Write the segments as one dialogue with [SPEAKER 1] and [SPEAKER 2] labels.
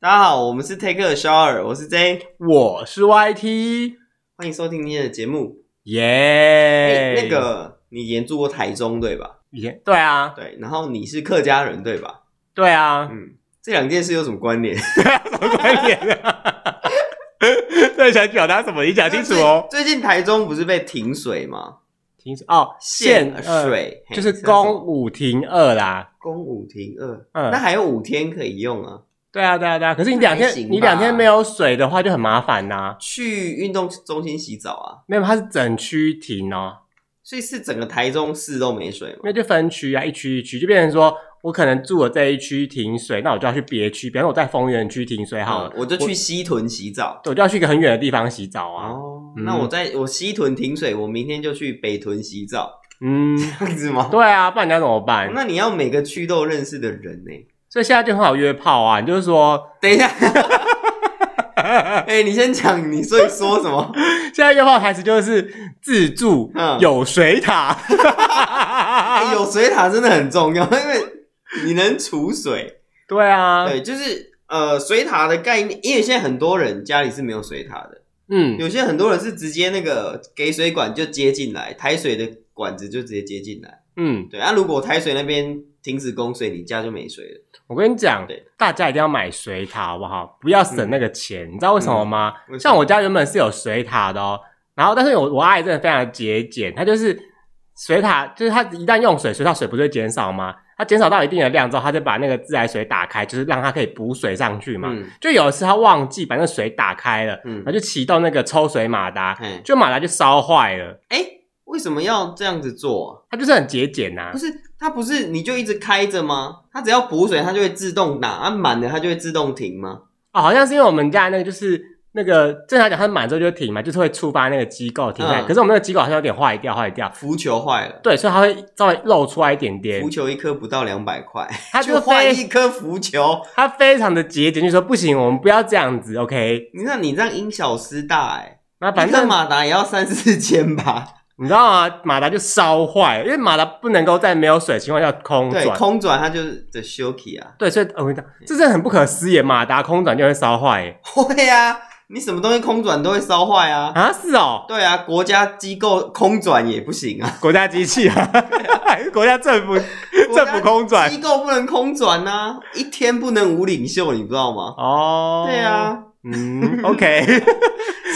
[SPEAKER 1] 大家好，我们是 Take a Shower，我是 J，
[SPEAKER 2] 我是 YT，
[SPEAKER 1] 欢迎收听今天的节目。哎、
[SPEAKER 2] 耶、
[SPEAKER 1] 那个你研住过台中对吧？
[SPEAKER 2] 耶，对啊，
[SPEAKER 1] 对，然后你是客家人对吧？
[SPEAKER 2] 对 啊，
[SPEAKER 1] 嗯，这两件事有什么关联？
[SPEAKER 2] 什么观点啊？在想表达什么？你讲清楚哦。
[SPEAKER 1] 最近台中不是被停水吗？
[SPEAKER 2] 停哦，
[SPEAKER 1] 限
[SPEAKER 2] 二
[SPEAKER 1] 水、嘿
[SPEAKER 2] 就是
[SPEAKER 1] 叫什
[SPEAKER 2] 公
[SPEAKER 1] 么
[SPEAKER 2] 五停二啦。
[SPEAKER 1] 公五停二，
[SPEAKER 2] 嗯
[SPEAKER 1] 那还有五天可以用啊。
[SPEAKER 2] 对啊，对啊，对啊。可是你两
[SPEAKER 1] 还行
[SPEAKER 2] 天
[SPEAKER 1] 吧
[SPEAKER 2] 你两天没有水的话就很麻烦呐、
[SPEAKER 1] 去运动中心洗澡啊，
[SPEAKER 2] 没有，它是整区停哦，
[SPEAKER 1] 所以是整个台中市都没水嘛？
[SPEAKER 2] 那就分区啊，一区一区，就变成说我可能住我这一区停水，那我就要去别区，比方说我在丰原区停水好了，
[SPEAKER 1] 嗯我就去西屯洗澡。
[SPEAKER 2] 我就要去一个很远的地方洗澡啊。
[SPEAKER 1] 哦，
[SPEAKER 2] 嗯
[SPEAKER 1] 那我在我西屯停水，我明天就去北屯洗澡，
[SPEAKER 2] 嗯，
[SPEAKER 1] 这样子吗？
[SPEAKER 2] 对啊，不然你要怎么办？
[SPEAKER 1] 哦那你要每个区都有认识的人呢、
[SPEAKER 2] 所以现在就很好约炮啊，你就是说，
[SPEAKER 1] 等 一下，哎、你先讲，你所以说什 么？
[SPEAKER 2] 现在约炮台词就是自助、
[SPEAKER 1] 嗯
[SPEAKER 2] 有啊水塔，
[SPEAKER 1] 哎有水塔真的很重要， 因为你能储水。
[SPEAKER 2] 对啊，
[SPEAKER 1] 对，就是呃，水塔的概念，因为现在很多人家里是没有水塔的，
[SPEAKER 2] 嗯，
[SPEAKER 1] 有些很多人是直接那个给水管就接进来，台水的管子就直接接进来。
[SPEAKER 2] 嗯，
[SPEAKER 1] 对啊，如果台水那边停止供水，你家就没水了。
[SPEAKER 2] 我跟你讲
[SPEAKER 1] 对，
[SPEAKER 2] 大家一定要买水塔好不好？不要省那个钱，你知道为什么吗？
[SPEAKER 1] 嗯为什么
[SPEAKER 2] 像我家原本是有水塔的哦，然后但是我我阿姨真的非常的节俭，她就是水塔，就是她一旦用水，水塔水不是会减少吗？它减少到一定的量之后，她就把那个自来水打开，就是让它可以补水上去嘛。
[SPEAKER 1] 嗯
[SPEAKER 2] 就有一次她忘记把那水打开了，
[SPEAKER 1] 嗯
[SPEAKER 2] 然后，就骑到那个抽水马达，
[SPEAKER 1] 哎、
[SPEAKER 2] 就马达就烧坏了。
[SPEAKER 1] 哎为什么要这样子做啊、
[SPEAKER 2] 它就是很节俭啊呐
[SPEAKER 1] 不、是，它不是你就一直开着吗？它只要补水，它就会自动打，按满了它就会自动停吗？
[SPEAKER 2] 哦，好像是因为我们家那个就是那个正常讲它满之后就会停嘛，就是会触发那个机构停下来。
[SPEAKER 1] 嗯
[SPEAKER 2] 可是我们那个机构好像有点坏掉，坏掉。
[SPEAKER 1] 浮球坏了，
[SPEAKER 2] 对，所以它会稍微露出来一点点
[SPEAKER 1] 浮。球一颗不到两百块，
[SPEAKER 2] 它
[SPEAKER 1] 去
[SPEAKER 2] 就
[SPEAKER 1] 换
[SPEAKER 2] 非
[SPEAKER 1] 一颗浮球。
[SPEAKER 2] 它非常的节俭，就说不行，我们不要这样子，OK？
[SPEAKER 1] 你看你这样因小失大哎、
[SPEAKER 2] 那
[SPEAKER 1] 欸，
[SPEAKER 2] 反
[SPEAKER 1] 一个
[SPEAKER 2] 正
[SPEAKER 1] 马达也要三四千吧？
[SPEAKER 2] 你知道吗？马达就烧坏了，因为马达不能够在没有水的情况下空
[SPEAKER 1] 对，
[SPEAKER 2] 转。
[SPEAKER 1] 空转它就是的 s h o k i 啊，
[SPEAKER 2] 对，所以我跟你讲，这是很不可思议，马达空转就会烧坏耶
[SPEAKER 1] 会啊，你什么东西空转都会烧坏啊。
[SPEAKER 2] 啊！是哦，
[SPEAKER 1] 对啊，国家机构空转也不行啊，
[SPEAKER 2] 国家机 器啊，还是国家政府
[SPEAKER 1] 国家
[SPEAKER 2] 政府空转
[SPEAKER 1] 机构不能空转呐、啊，一天不能无领袖，你不知道吗？
[SPEAKER 2] 哦，
[SPEAKER 1] 对，啊，
[SPEAKER 2] 嗯，OK，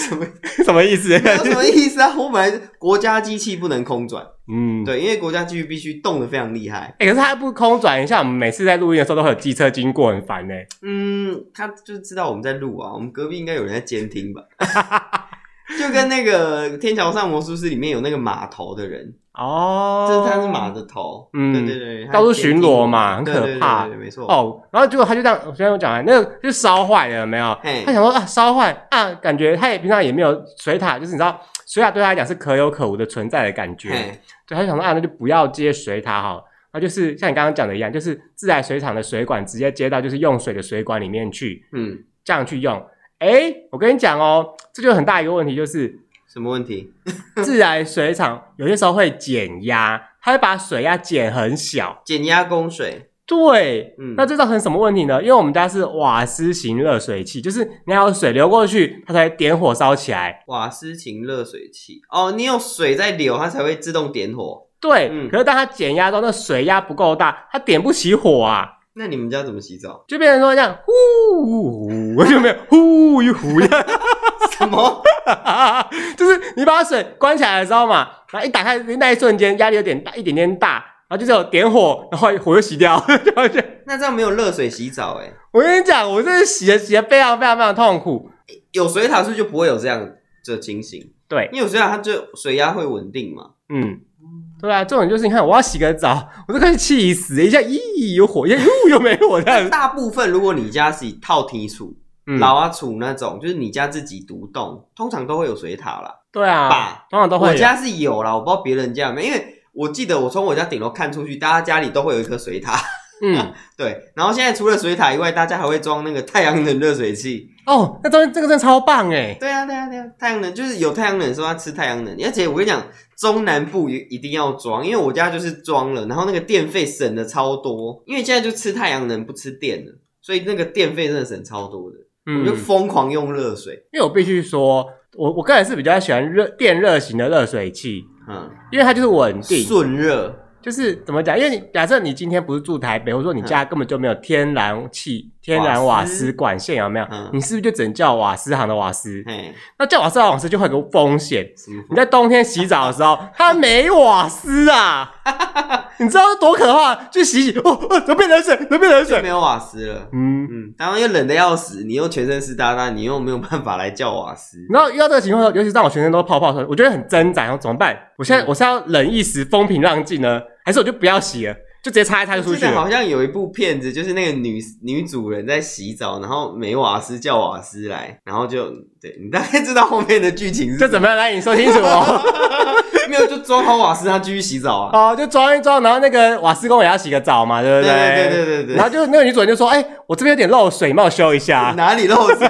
[SPEAKER 1] 什么
[SPEAKER 2] 什么意思？
[SPEAKER 1] 没有什么意思啊？我本来国家机器不能空转，
[SPEAKER 2] 嗯，
[SPEAKER 1] 对，因为国家机器必须动得非常厉害。
[SPEAKER 2] 欸可是它不空转一下，我们每次在录音的时候都会有机车经过，很烦呢。
[SPEAKER 1] 嗯，他就知道我们在录啊，我们隔壁应该有人在监听吧？ 就跟那个《天桥上魔术师》里面有那个码头的人，
[SPEAKER 2] 哦
[SPEAKER 1] 就是他是马的头，
[SPEAKER 2] 嗯
[SPEAKER 1] 对对对，他
[SPEAKER 2] 到处巡逻嘛
[SPEAKER 1] 监听
[SPEAKER 2] 很可怕
[SPEAKER 1] 对对对对对没错。
[SPEAKER 2] 哦，然后结果他就这样，我刚才我讲完，那个就烧坏了，有没有
[SPEAKER 1] 嘿？
[SPEAKER 2] 他想说啊，烧坏啊，感觉他也平常也没有水塔，就是你知道，水塔对他来讲是可有可无的存在的感觉。
[SPEAKER 1] 嘿，
[SPEAKER 2] 对，他就想说啊，那就不要接水塔好了。那就是像你刚刚讲的一样，就是自来水厂的水管直接接到就是用水的水管里面去，
[SPEAKER 1] 嗯，
[SPEAKER 2] 这样去用。哎，我跟你讲哦，这就很大一个问 题，就是
[SPEAKER 1] 什么问题？
[SPEAKER 2] 自来水厂有些时候会减压，它会把水压减很小。
[SPEAKER 1] 减压供水，
[SPEAKER 2] 对，
[SPEAKER 1] 嗯
[SPEAKER 2] 那这造成什么问题呢？因为我们家是瓦斯型热水器，就是你要有水流过去，它才会点火烧起来。
[SPEAKER 1] 瓦斯琴热水器。哦，你有水在流，它才会自动点火。
[SPEAKER 2] 对，
[SPEAKER 1] 嗯
[SPEAKER 2] 可是当它减压之后，那水压不够大，它点不起火啊，
[SPEAKER 1] 那你们家怎么洗澡？
[SPEAKER 2] 就变成说这样呼呼呼，我就没有呼一呼一样，
[SPEAKER 1] 什么？
[SPEAKER 2] 就是你把水关起来的时候嘛，然后一打开那一瞬间压力有点大，一点点大，然后就是有点火，然后火又熄掉， 然后就
[SPEAKER 1] 那这样没有热水洗澡哎、
[SPEAKER 2] 我跟你讲，我真的洗的洗的非常非常非常痛苦。
[SPEAKER 1] 有水塔是不是就不会有这样的情形？
[SPEAKER 2] 对，
[SPEAKER 1] 因为有水塔它就水压会稳定嘛。
[SPEAKER 2] 嗯，对啊，这种就是你看，我要洗个澡，我都快气死，一下咦有火，一下又又没火这样子。
[SPEAKER 1] 大部分如果你家是以套梯处、
[SPEAKER 2] 嗯，
[SPEAKER 1] 老啊处那种，就是你家自己独栋，通常都会有水塔啦。
[SPEAKER 2] 对啊
[SPEAKER 1] 吧，
[SPEAKER 2] 通常都会有。
[SPEAKER 1] 我家是有啦，我不知道别人家有没有，因为我记得我从我家顶楼看出去，大家家里都会有一颗水塔。
[SPEAKER 2] 嗯，
[SPEAKER 1] 对，然后现在除了水塔以外，大家还会装那个太阳能热水器。
[SPEAKER 2] 哦，那东西这个真的超棒哎，
[SPEAKER 1] 对啊，对啊，对啊，太阳能就是有太阳能的时候要吃太阳能，而且我跟你讲，中南部也一定要装，因为我家就是装了，然后那个电费省的超多，因为现在就吃太阳能不吃电了，所所以那个电费真的省超多的。
[SPEAKER 2] 嗯
[SPEAKER 1] 我就疯狂用热水，
[SPEAKER 2] 因为我必须说，我我个人是比较喜欢热电热型的热水器，
[SPEAKER 1] 嗯，
[SPEAKER 2] 因为它就是稳定，
[SPEAKER 1] 顺热，
[SPEAKER 2] 就是怎么讲？因为你假设你今天不是住台北，或者说你家根本就没有天然气、天然瓦斯管线，有没有？
[SPEAKER 1] 嗯
[SPEAKER 2] 你是不是就只能叫瓦斯行的瓦斯？
[SPEAKER 1] 嘿，
[SPEAKER 2] 那叫瓦斯行的瓦斯就会有个风险，
[SPEAKER 1] 什么
[SPEAKER 2] 你在冬天洗澡的时候，它没瓦斯啊，你知道多可怕？去洗洗，哦，哦怎么变冷水？怎么变冷
[SPEAKER 1] 就没
[SPEAKER 2] 水？
[SPEAKER 1] 有瓦斯了。
[SPEAKER 2] 嗯，
[SPEAKER 1] 嗯，当然又冷的要死，你又全身湿哒哒，你又没有办法来叫瓦斯。
[SPEAKER 2] 然后遇到这个情况，尤其是让我全身都泡泡的时候，我觉得很挣扎，然后怎么办？我现在、
[SPEAKER 1] 嗯
[SPEAKER 2] 我是要忍一时风平浪静呢，还是我就不要洗了，就直接擦一擦就出
[SPEAKER 1] 记
[SPEAKER 2] 去
[SPEAKER 1] 得
[SPEAKER 2] 了？
[SPEAKER 1] 好像有一部片子，就是那个女女主人在洗澡，然后没瓦斯叫瓦斯来，然后就对你大概知道后面的剧情是
[SPEAKER 2] 就怎么样？来，你说清楚 哦。
[SPEAKER 1] 没有就装好瓦斯，她继续洗澡啊。
[SPEAKER 2] 哦，就装一装，然后那个瓦斯工也要洗个澡嘛，对不
[SPEAKER 1] 对
[SPEAKER 2] 对
[SPEAKER 1] 对对对对
[SPEAKER 2] 然后就那个女主人就说：“哎、我这边有点漏水，你帮我修一 下。
[SPEAKER 1] 哪里漏水？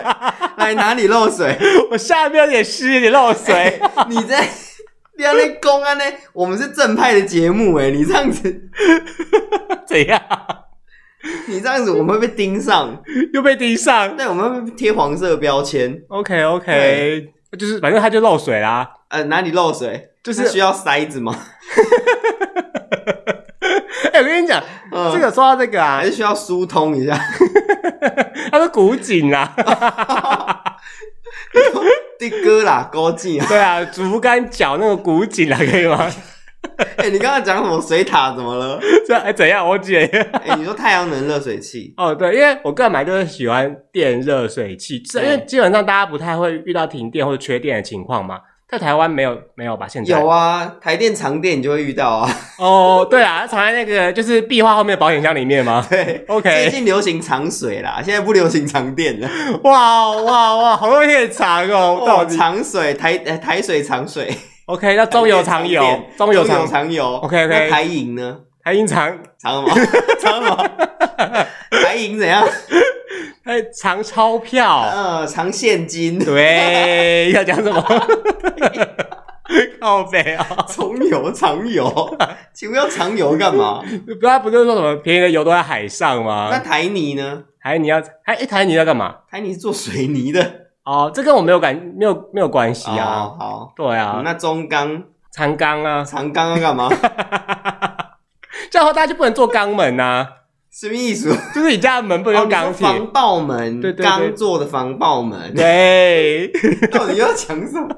[SPEAKER 1] 来哪里漏水？
[SPEAKER 2] 我下面有点湿，有点漏水。
[SPEAKER 1] 你在 不要那公安呢？我们是正派的节目哎，你这样子，
[SPEAKER 2] 怎样？
[SPEAKER 1] 你这样子我们会被盯上，
[SPEAKER 2] 又被盯上
[SPEAKER 1] 对，我们会被贴黄色标签。
[SPEAKER 2] ？OK OK，就是反正它就漏水啦。
[SPEAKER 1] 呃，哪里漏水？
[SPEAKER 2] 就是
[SPEAKER 1] 那需要塞子吗？
[SPEAKER 2] 哎、我跟你讲，
[SPEAKER 1] 嗯哎
[SPEAKER 2] 这个说到这个啊
[SPEAKER 1] 还，是需要疏通一下？
[SPEAKER 2] 它是古井啊啦。
[SPEAKER 1] 的哥啦，高进啊！
[SPEAKER 2] 对啊，竹竿脚那个古井啊，可以吗？
[SPEAKER 1] 哎、你刚刚讲什么水塔怎么了？
[SPEAKER 2] 这哎怎样？我姐
[SPEAKER 1] 哎、你说太阳能热水器，
[SPEAKER 2] 哦，对，因为我个人买就是喜欢电热水器，是因为
[SPEAKER 1] 对
[SPEAKER 2] 基本上大家不太会遇到停电或者缺电的情况嘛。在台湾没有没有吧？现在
[SPEAKER 1] 有啊，台电、长电你就会遇到啊。
[SPEAKER 2] 哦，对啊，藏在那个就是壁画后面的保险箱里面 吗？
[SPEAKER 1] 对
[SPEAKER 2] OK
[SPEAKER 1] 最近流行长水啦，现在不流行长 电了。
[SPEAKER 2] 哇哇哇，好多夜藏哦，到
[SPEAKER 1] 哦，
[SPEAKER 2] 底
[SPEAKER 1] 长水台呃台水长水，
[SPEAKER 2] OK？那中油藏
[SPEAKER 1] 台
[SPEAKER 2] 油
[SPEAKER 1] 电，
[SPEAKER 2] 中
[SPEAKER 1] 中
[SPEAKER 2] 油
[SPEAKER 1] 油
[SPEAKER 2] 藏
[SPEAKER 1] 长油。
[SPEAKER 2] OK，OK
[SPEAKER 1] 那台银呢？
[SPEAKER 2] 还隐藏
[SPEAKER 1] 长 什么？长什么？台银怎样？
[SPEAKER 2] 还藏 钞票，
[SPEAKER 1] 呃，长现 金。
[SPEAKER 2] 对，要讲 什么？靠北啊！
[SPEAKER 1] 中油长油，请问要长油干 嘛？
[SPEAKER 2] 不，他不就是说什么便宜的油都在海上
[SPEAKER 1] 那
[SPEAKER 2] 吗？
[SPEAKER 1] 台泥呢？
[SPEAKER 2] 还你要还一台你要干嘛？
[SPEAKER 1] 台泥是做水泥的。
[SPEAKER 2] 哦，这跟我没有感没有没有关系啊。
[SPEAKER 1] 哦好。
[SPEAKER 2] 对啊，
[SPEAKER 1] 那中钢
[SPEAKER 2] 长缸啊，
[SPEAKER 1] 长钢要干 嘛？
[SPEAKER 2] 这样的话大家就不能做肛门呐、
[SPEAKER 1] 什么意思？
[SPEAKER 2] 啊，就是你家的门不能 用
[SPEAKER 1] 哦
[SPEAKER 2] 钢
[SPEAKER 1] 你
[SPEAKER 2] 铁
[SPEAKER 1] 说。防爆门，
[SPEAKER 2] 对对对
[SPEAKER 1] 钢做的防爆门，
[SPEAKER 2] 对，
[SPEAKER 1] 到底要讲什么？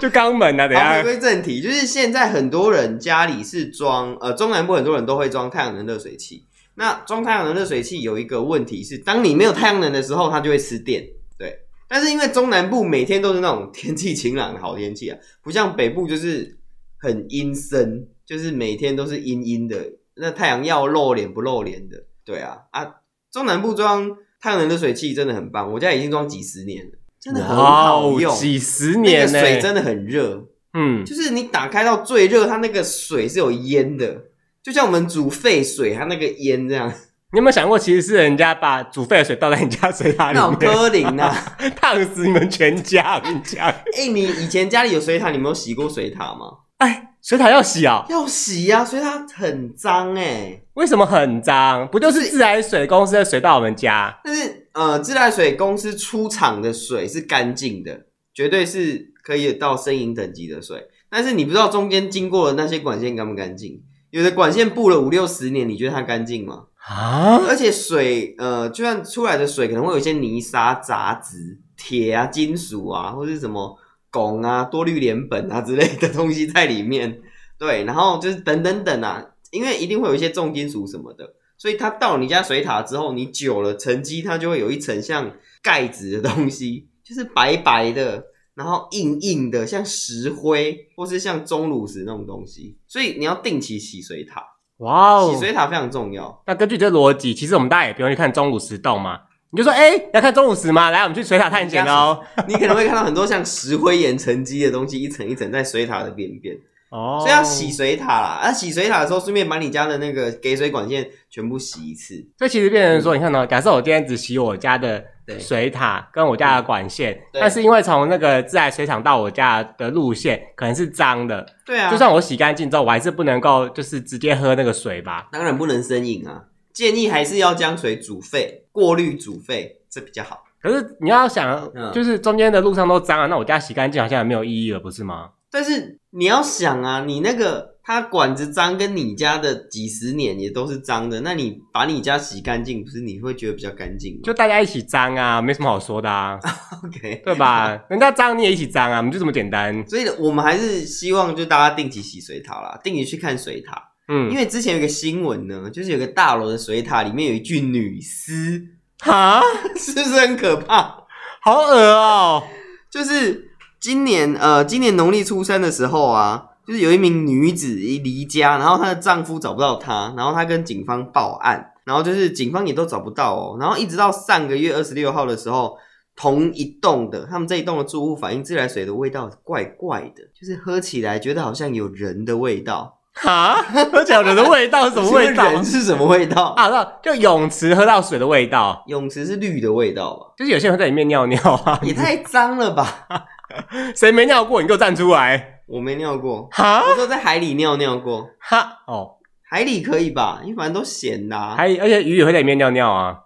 [SPEAKER 2] 就肛门啊，等
[SPEAKER 1] 好，
[SPEAKER 2] 下
[SPEAKER 1] 回。归正题，就是现在很多人家里是装，呃，中南部很多人都会装太阳能热水器。那装太阳能热水器有一个问题是，当你没有太阳能的时候，它就会吃电。对，但是因为中南部每天都是那种天气晴朗的好天气啊，不像北部就是很阴森，就是每天都是阴阴的，那太阳要露脸不露脸的。对啊，啊，中南部装太阳能热水器真的很棒，我家已经装几十年了，真的很好
[SPEAKER 2] 哇
[SPEAKER 1] 用
[SPEAKER 2] 哦。几十
[SPEAKER 1] 那
[SPEAKER 2] 年
[SPEAKER 1] 个
[SPEAKER 2] 呢、
[SPEAKER 1] 水真的很热，
[SPEAKER 2] 嗯，
[SPEAKER 1] 就是你打开到最热，它那个水是有烟的，就像我们煮沸水，它那个烟这样。
[SPEAKER 2] 你有没有想过，其实是人家把煮沸的水倒在你家水
[SPEAKER 1] 那
[SPEAKER 2] 塔里
[SPEAKER 1] 种
[SPEAKER 2] 面，
[SPEAKER 1] 歌林啊，
[SPEAKER 2] 烫死你们全家！我跟你讲，
[SPEAKER 1] 哎、你以前家里有水塔，你没有洗过水塔吗？
[SPEAKER 2] 哎，水塔要洗啊、
[SPEAKER 1] 要洗呀、啊，水塔很脏哎、
[SPEAKER 2] 为什么很脏？不就是自来水公司的水到我们家？
[SPEAKER 1] 但是呃，自来水公司出厂的水是干净的，绝对是可以到生饮等级的水。但是你不知道中间经过的那些管线干不干净，有的管线布了五六十年，你觉得它干净吗？
[SPEAKER 2] 啊？
[SPEAKER 1] 而且水，呃，就算出来的水可能会有一些泥沙、杂质、铁啊、金属啊，或是什么汞啊、多氯联苯啊之类的东西在里面。对，然后就是等等等啊，因为一定会有一些重金属什么的，所以它到你家水塔之后，你久了沉积，它就会有一层像钙质的东西，就是白白的，然后硬硬的，像石灰或是像钟乳石那种东西。所以你要定期洗水塔，
[SPEAKER 2] 哇哦
[SPEAKER 1] 洗！水塔非常重要。
[SPEAKER 2] 那根据这逻辑，其实我们大家也不用去看钟乳石洞嘛。
[SPEAKER 1] 嗯
[SPEAKER 2] 你就说，哎、要看钟乳石吗？来，我们去水塔探险哦喽。
[SPEAKER 1] 你可能会看到很多像石灰岩沉积的东西，一层一层在水塔的边边，
[SPEAKER 2] 哦
[SPEAKER 1] 所以要洗，水塔啦。啊，洗水塔的时候，顺便把你家的那个给水管线全部洗一次。
[SPEAKER 2] 所以其实变成说，你看哦，假设我今天只洗我家的
[SPEAKER 1] 嗯对嗯
[SPEAKER 2] 水塔跟我家的管线，
[SPEAKER 1] 对
[SPEAKER 2] 但是因为从那个自来水厂到我家的路线可能是脏的，
[SPEAKER 1] 对啊，
[SPEAKER 2] 就算我洗干净之后，我还是不能够就是直接喝那个水吧？
[SPEAKER 1] 当然不能生饮啊，建议还是要将水煮沸、过滤煮沸，这比较好。
[SPEAKER 2] 可是你要想
[SPEAKER 1] 嗯，
[SPEAKER 2] 就是中间的路上都脏啊了，那我家洗干净好像也没有意义了，不是吗？
[SPEAKER 1] 但是你要想啊，你那个它管子脏，跟你家的几十年也都是脏的，那你把你家洗干净，不是你会觉得比较干净吗？
[SPEAKER 2] 就大家一起脏啊，没什么好说的啊，
[SPEAKER 1] OK，
[SPEAKER 2] 对 吧？人家脏你也一起脏啊，我们就这么简单。
[SPEAKER 1] 所以我们还是希望就大家定期洗水塔啦，定期去看水塔，因
[SPEAKER 2] 嗯，
[SPEAKER 1] 为之前有一个新闻呢，就是有个大楼的水塔里面有一具女尸，
[SPEAKER 2] 哈，
[SPEAKER 1] 是不是很可怕？
[SPEAKER 2] 好恶哦、
[SPEAKER 1] 就是今年呃，今年农历初三的时候啊。就是有一名女子一离家，然后她的丈夫找不到她，然后她跟警方报案，然后就是警方也都找不到哦，然后一直到上个月二十六号的时候，同一栋的他们这一栋的住户反映自来水的味道怪怪的，就是喝起来觉得好像有人的味道，
[SPEAKER 2] 哈，而且有人的味道是什么味道
[SPEAKER 1] 人是什么味道？
[SPEAKER 2] 啊？那就泳池喝到水的味道，
[SPEAKER 1] 泳池是绿的味道吧？
[SPEAKER 2] 就是有些人会在里面尿尿啊，
[SPEAKER 1] 也太脏了吧！
[SPEAKER 2] 谁没尿过你给我站出来！
[SPEAKER 1] 我没尿过，
[SPEAKER 2] 哈
[SPEAKER 1] 我都在海里尿尿过，
[SPEAKER 2] 哈哦，
[SPEAKER 1] 海里可以吧？因为反正都咸的、啊。
[SPEAKER 2] 还而且鱼也会在里面尿尿啊。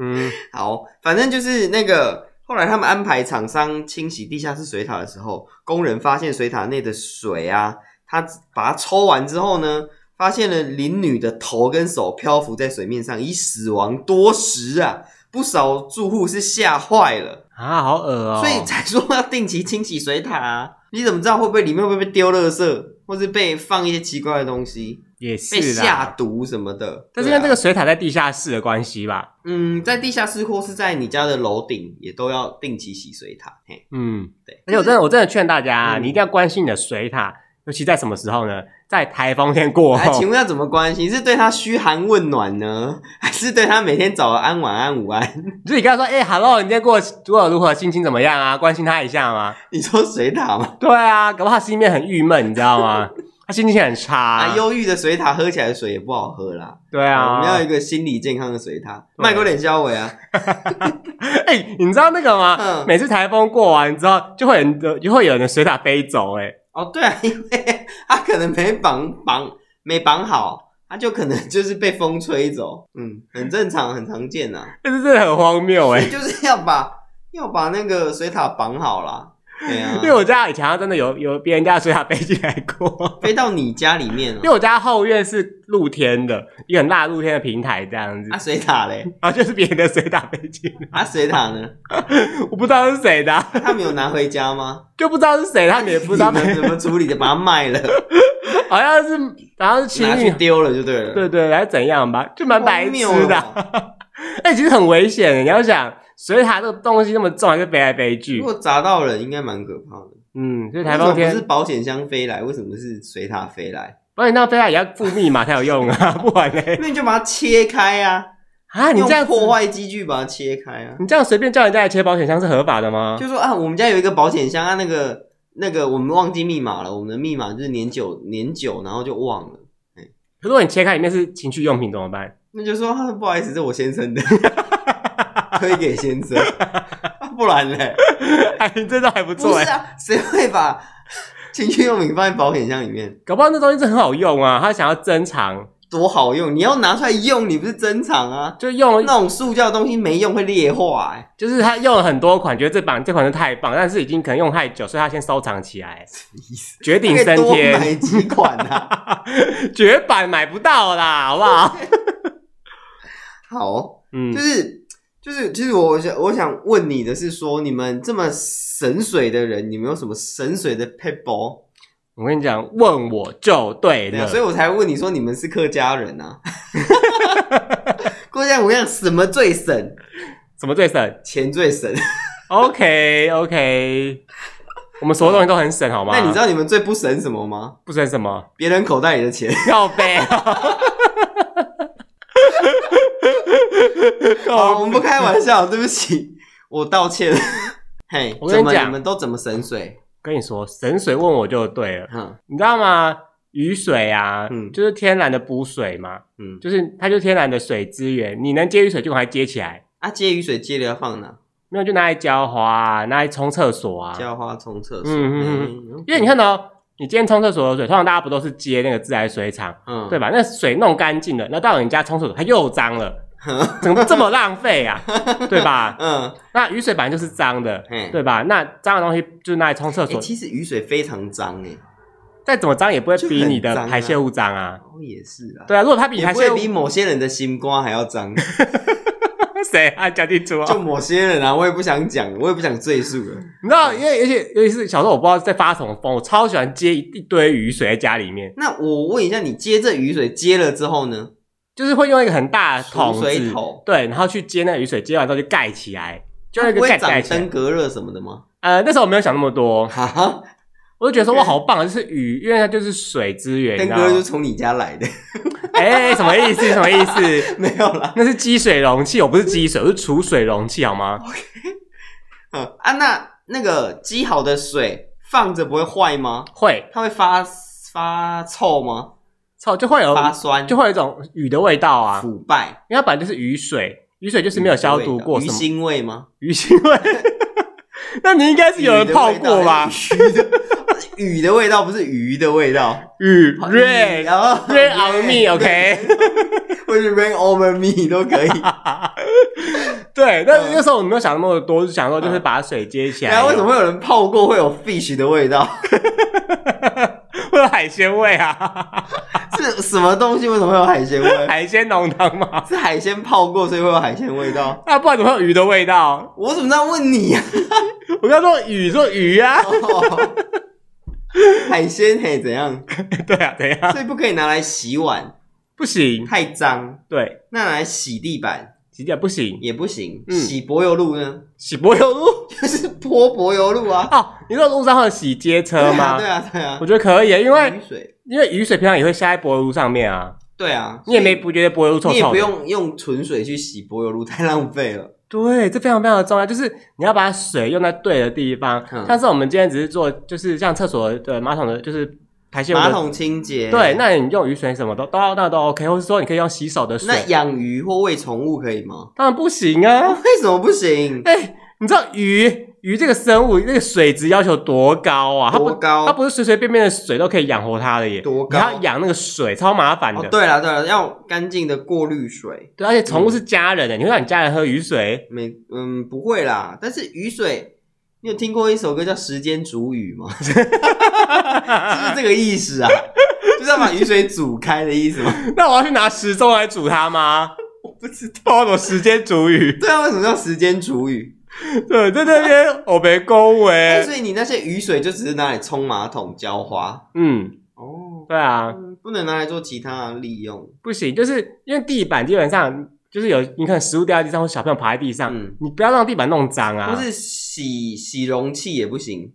[SPEAKER 2] 嗯，
[SPEAKER 1] 好，反正就是那个后来他们安排厂商清洗地下室水塔的时候，工人发现水塔内的水啊，他把它抽完之后呢，发现了林女的头跟手漂浮在水面上，已死亡多时啊，不少住户是吓坏了。
[SPEAKER 2] 啊，好恶哦、
[SPEAKER 1] 所以才说要定期清洗水塔啊。 你怎么知道会不会里面会不会被丢垃圾，或是被放一些奇怪的东西，
[SPEAKER 2] 也
[SPEAKER 1] 被
[SPEAKER 2] 是
[SPEAKER 1] 下
[SPEAKER 2] 啦。
[SPEAKER 1] 毒什么的？
[SPEAKER 2] 但是因为这
[SPEAKER 1] 对
[SPEAKER 2] 个
[SPEAKER 1] 啊，
[SPEAKER 2] 水塔在地下室的关系吧，
[SPEAKER 1] 嗯，在地下室或是在你家的楼顶，也都要定期洗水塔。嘿，
[SPEAKER 2] 嗯，
[SPEAKER 1] 对，
[SPEAKER 2] 而且我真的我真的劝大家、啊，
[SPEAKER 1] 嗯
[SPEAKER 2] 你一定要关心你的水塔，尤其在什么时候呢？在台风天过
[SPEAKER 1] 来，哎请问
[SPEAKER 2] 后，
[SPEAKER 1] 要怎么关心？是对他嘘寒问暖呢， 还是对他每天早安、晚安、午安？
[SPEAKER 2] 就是你跟他说，哎、h e l l o 你今天过得如何如何，心情怎么样啊？关心他一下嘛。
[SPEAKER 1] 你说水塔吗？
[SPEAKER 2] 对啊，搞不好他心里面很郁闷，你知道吗？ 他心情很差、
[SPEAKER 1] 啊，忧郁的水塔喝起来的水也不好喝啦。
[SPEAKER 2] 对啊，
[SPEAKER 1] 我们要有一个心理健康的水塔，
[SPEAKER 2] 对
[SPEAKER 1] 卖过点消委啊。
[SPEAKER 2] 哎、你知道那个吗？
[SPEAKER 1] 嗯
[SPEAKER 2] 每次台风过完之后，就会有人的就会有人水塔飞走、哎，
[SPEAKER 1] 哦，对啊，因为 他可能没绑绑没绑好，他就可能 就是被风吹走，嗯，很正常，很常见呐、啊
[SPEAKER 2] 这是真的很荒谬、哎、
[SPEAKER 1] 就是要把要把那个水塔绑好啦，对 啊
[SPEAKER 2] 因，为我家以前好像真的有有别人家的水塔飞进来过，
[SPEAKER 1] 飞到你家里面哦
[SPEAKER 2] 因为
[SPEAKER 1] 了、
[SPEAKER 2] 我家后院是露天的，一个很大的露天的平台这样子
[SPEAKER 1] 啊，，水塔嘞，
[SPEAKER 2] 然后就是别人的水塔飞进来，
[SPEAKER 1] 啊，水塔呢？
[SPEAKER 2] 我不知道是谁的啊、
[SPEAKER 1] 他没有拿回家吗？
[SPEAKER 2] 就不知道是谁，他们也 不知道
[SPEAKER 1] 你，们怎么处理的，把它卖 了，
[SPEAKER 2] 好像是好像是情
[SPEAKER 1] 拿去
[SPEAKER 2] 侣，
[SPEAKER 1] 丢了就对了。
[SPEAKER 2] 对对，还是怎样吧，就蛮
[SPEAKER 1] 荒
[SPEAKER 2] 白痴
[SPEAKER 1] 谬哦了
[SPEAKER 2] 的啊、
[SPEAKER 1] 吧，
[SPEAKER 2] 哎、其实很危险的。你要想，水塔这个东西那么重，还是飞来飞去
[SPEAKER 1] 如，果砸到人，应该蛮可怕的。
[SPEAKER 2] 嗯，所以台风
[SPEAKER 1] 为什么不
[SPEAKER 2] 天
[SPEAKER 1] 是保险箱飞来，为什么是水塔飞来？
[SPEAKER 2] 保险套飞来也要付密码才有用啊，不 然嘞
[SPEAKER 1] 因为你就把它切开啊。
[SPEAKER 2] 啊，你
[SPEAKER 1] 用
[SPEAKER 2] 这样子
[SPEAKER 1] 破，坏机具把它切开啊，
[SPEAKER 2] 你这样随便叫人家来切保险箱是合法的吗？
[SPEAKER 1] 就说啊，我们家有一个保险箱啊，那个那个我们忘记密码了，我们的密码就是年久年久，然后就忘了，
[SPEAKER 2] 如果你切开里面是情趣用品怎 么办？
[SPEAKER 1] 那就说啊，不好意思，这我先生的，推给先生，啊不然嘞，
[SPEAKER 2] 哎，你这招还
[SPEAKER 1] 不
[SPEAKER 2] 不 错哎、
[SPEAKER 1] 是啊，谁会把情趣用品放在保险箱里面？
[SPEAKER 2] 搞不好那东西真的很好用啊，他想要珍藏，
[SPEAKER 1] 多好用，你要拿出来用，你不是珍藏啊？
[SPEAKER 2] 就用，
[SPEAKER 1] 那种塑胶的东西没用会劣化、欸，
[SPEAKER 2] 就是他用了很多款，觉得这版这款是太棒，但是已经可能用太久，所以他先收藏 起来，
[SPEAKER 1] 意思
[SPEAKER 2] 绝顶
[SPEAKER 1] 可以
[SPEAKER 2] 升
[SPEAKER 1] 多
[SPEAKER 2] 天，
[SPEAKER 1] 买几款啊。
[SPEAKER 2] 绝版买不到啦，好不好？
[SPEAKER 1] 好，
[SPEAKER 2] 嗯
[SPEAKER 1] 就，是就是，其实我想我想问你的是说，你们这么神水的人，你们有什么神水的 people？
[SPEAKER 2] 我跟你讲，问我就对
[SPEAKER 1] 对啊，
[SPEAKER 2] 了，
[SPEAKER 1] 所以我才问你说你们是客家人啊。 客家人我跟你讲什么最神，
[SPEAKER 2] 什么最省？
[SPEAKER 1] 钱最神。
[SPEAKER 2] OK OK，我们所有东西都很省，好吗？
[SPEAKER 1] 那你知道你们最不神什么吗？
[SPEAKER 2] 不省什么？
[SPEAKER 1] 别人口袋里的钱。
[SPEAKER 2] 靠背、啊
[SPEAKER 1] 好，我
[SPEAKER 2] 哦，
[SPEAKER 1] 们不开玩笑，对不起，我道歉。嘿，
[SPEAKER 2] 我跟
[SPEAKER 1] 怎
[SPEAKER 2] 你
[SPEAKER 1] 么
[SPEAKER 2] 讲
[SPEAKER 1] 你们都怎么神水？
[SPEAKER 2] 跟你说，省水问我就对了，
[SPEAKER 1] 哼，
[SPEAKER 2] 你知道吗？雨水啊，
[SPEAKER 1] 嗯
[SPEAKER 2] 就是天然的补水嘛，
[SPEAKER 1] 嗯，
[SPEAKER 2] 就是它就是天然的水资源，你能接雨水就把它接起来，
[SPEAKER 1] 啊，接雨水接了要放哪？
[SPEAKER 2] 没有就拿来浇花、啊，拿来冲厕所啊。
[SPEAKER 1] 浇花、冲厕所。
[SPEAKER 2] 嗯嗯嗯
[SPEAKER 1] 嗯
[SPEAKER 2] 因为你看到、你今天冲厕所有水，通常大家不都是接那个自来水厂，
[SPEAKER 1] 嗯，
[SPEAKER 2] 对吧？那水弄干净了，那到你家冲厕所它又脏 了，
[SPEAKER 1] 吧？
[SPEAKER 2] 怎么这么浪费啊？对吧？
[SPEAKER 1] 嗯，
[SPEAKER 2] 那雨水本来就是脏的
[SPEAKER 1] 嘿，
[SPEAKER 2] 对吧？那脏的东西就是拿来冲厕
[SPEAKER 1] 哎，
[SPEAKER 2] 所，
[SPEAKER 1] 其实雨水非常脏哎，
[SPEAKER 2] 再怎么脏也不会比你
[SPEAKER 1] 就很
[SPEAKER 2] 的
[SPEAKER 1] 脏啊
[SPEAKER 2] 排泄物脏啊。
[SPEAKER 1] 哦也是啦，
[SPEAKER 2] 对啊，如果它比
[SPEAKER 1] 也
[SPEAKER 2] 排
[SPEAKER 1] 不
[SPEAKER 2] 泄
[SPEAKER 1] 会
[SPEAKER 2] 物
[SPEAKER 1] 比某些人的心瓜还要脏。
[SPEAKER 2] 谁啊讲清楚
[SPEAKER 1] 就
[SPEAKER 2] 哦。
[SPEAKER 1] 某些人啊，我也不想讲，我也不想赘述了。
[SPEAKER 2] 你知道，因为而且尤其是小时候，我不知道在发什么疯，我超喜欢接一堆雨水在家里面，
[SPEAKER 1] 那我问一下，你接这雨水接了之后呢？
[SPEAKER 2] 就是会用一个很大的桶
[SPEAKER 1] 储
[SPEAKER 2] 子，
[SPEAKER 1] 水桶
[SPEAKER 2] 对，然后去接那个雨水，接完之后就盖起来，就用一
[SPEAKER 1] 不
[SPEAKER 2] 个
[SPEAKER 1] 会
[SPEAKER 2] 盖
[SPEAKER 1] 长
[SPEAKER 2] 盖起来
[SPEAKER 1] 登。革热什么的吗？
[SPEAKER 2] 呃，那时候我没有想那么多，
[SPEAKER 1] 哈哈，
[SPEAKER 2] 我就觉 得说哇，好棒，就是雨，因为它就是水资源，你
[SPEAKER 1] 登
[SPEAKER 2] 知
[SPEAKER 1] 革
[SPEAKER 2] 道吗
[SPEAKER 1] 热就是从你家来的，
[SPEAKER 2] 哎、什么意思？什么意思？
[SPEAKER 1] 没有啦。
[SPEAKER 2] 那是积水容器，我不是积水，我是储水容器，好吗？
[SPEAKER 1] 嗯啊，那那个积好的水放着不会坏吗？
[SPEAKER 2] 会
[SPEAKER 1] 它会发发臭吗？
[SPEAKER 2] 臭就会有
[SPEAKER 1] 发酸？
[SPEAKER 2] 呃就会有一种雨的味道啊，
[SPEAKER 1] 腐败？
[SPEAKER 2] 因为它本来就是雨水，雨水就是没有消毒过
[SPEAKER 1] 鱼
[SPEAKER 2] 什么
[SPEAKER 1] 腥味吗？
[SPEAKER 2] 鱼腥味。 那你应该 是有人泡过吧？
[SPEAKER 1] 鱼的味道？鱼的味 道不是鱼的味道
[SPEAKER 2] 雨瑞
[SPEAKER 1] 然后
[SPEAKER 2] 瑞 on me，OK？、
[SPEAKER 1] 或是 rain over me 都可以。
[SPEAKER 2] 对，但
[SPEAKER 1] 嗯
[SPEAKER 2] 是那时候我没有想那么多，就想说就是把水接起来。
[SPEAKER 1] 然嗯啊后为 什么会有人泡过会有 fish 的味道？
[SPEAKER 2] 会有海鲜味 啊？
[SPEAKER 1] 是什么东西？为什么会有海鲜味？
[SPEAKER 2] 海鲜浓汤吗？
[SPEAKER 1] 是海鲜泡过，所以会有海鲜味道？
[SPEAKER 2] 那、不然怎么会有鱼的味道？
[SPEAKER 1] 我怎么这样问你啊呀、
[SPEAKER 2] 我刚说鱼，说鱼啊，
[SPEAKER 1] 哦 海鲜嘿怎样？
[SPEAKER 2] 对啊，怎样？
[SPEAKER 1] 所以不可以拿来洗碗，
[SPEAKER 2] 不行，
[SPEAKER 1] 太脏。
[SPEAKER 2] 对，
[SPEAKER 1] 那拿来洗地板
[SPEAKER 2] 洗脚不行，
[SPEAKER 1] 也不行，
[SPEAKER 2] 嗯
[SPEAKER 1] 洗柏油路呢？
[SPEAKER 2] 洗柏油路
[SPEAKER 1] 就是泼柏油路啊。
[SPEAKER 2] 哦，你说路上会有洗
[SPEAKER 1] 对
[SPEAKER 2] 街车吗？
[SPEAKER 1] 啊，对嗯啊，对啊
[SPEAKER 2] 我。觉得可以，因为
[SPEAKER 1] 雨水，
[SPEAKER 2] 因为雨水平常也会下在柏油路上面啊，
[SPEAKER 1] 对啊，
[SPEAKER 2] 你也没
[SPEAKER 1] 所以
[SPEAKER 2] 不觉得柏油路臭臭
[SPEAKER 1] 你
[SPEAKER 2] 的？
[SPEAKER 1] 也不用用纯水去洗柏油路，太浪费了。
[SPEAKER 2] 对，这非常非常的重要，就是你要把水用在对的地方。
[SPEAKER 1] 嗯
[SPEAKER 2] 像是我们今天只是做，就是像厕所的马桶的，就是排泄物的
[SPEAKER 1] 马桶清洁，
[SPEAKER 2] 对，那你用雨水什么都都那都 OK，或是说你可以用洗手的
[SPEAKER 1] 那
[SPEAKER 2] 水，
[SPEAKER 1] 养鱼或喂宠物可以吗？
[SPEAKER 2] 当然不行啊！
[SPEAKER 1] 为什么不行？
[SPEAKER 2] 哎、你知道鱼鱼这个生物那个水质要求多高啊？它
[SPEAKER 1] 多
[SPEAKER 2] 不
[SPEAKER 1] 高？
[SPEAKER 2] 它不是随随便便的水都可以养活它的耶，
[SPEAKER 1] 多
[SPEAKER 2] 你
[SPEAKER 1] 高
[SPEAKER 2] 要养那个水超麻烦的。
[SPEAKER 1] 哦，对了对了，要干净的过滤水。
[SPEAKER 2] 对而且宠物是家人的，你会让你家人喝雨水？
[SPEAKER 1] 没，嗯，不会啦。但是雨水，你有听过一首歌叫《时间煮雨》 吗？是不是这个意思啊？就是要把雨水煮开的意思 吗？
[SPEAKER 2] 那我要去拿时钟来煮它吗？
[SPEAKER 1] 我不知道。
[SPEAKER 2] 报我时间煮雨。
[SPEAKER 1] 对啊，为什么叫时间煮雨？
[SPEAKER 2] 对，在那边我没恭
[SPEAKER 1] 哎
[SPEAKER 2] 维。
[SPEAKER 1] 所以你那些雨水就只是拿来冲马桶、浇花
[SPEAKER 2] 嗯，
[SPEAKER 1] 哦，
[SPEAKER 2] 对啊，
[SPEAKER 1] 嗯不能拿来做其他的利用。
[SPEAKER 2] 不行，就是因为地板基本上就是有你可能食物掉在地上，或小朋友爬在地上，
[SPEAKER 1] 嗯
[SPEAKER 2] 你不要让地板弄脏啊
[SPEAKER 1] 或。是洗洗容器也不行，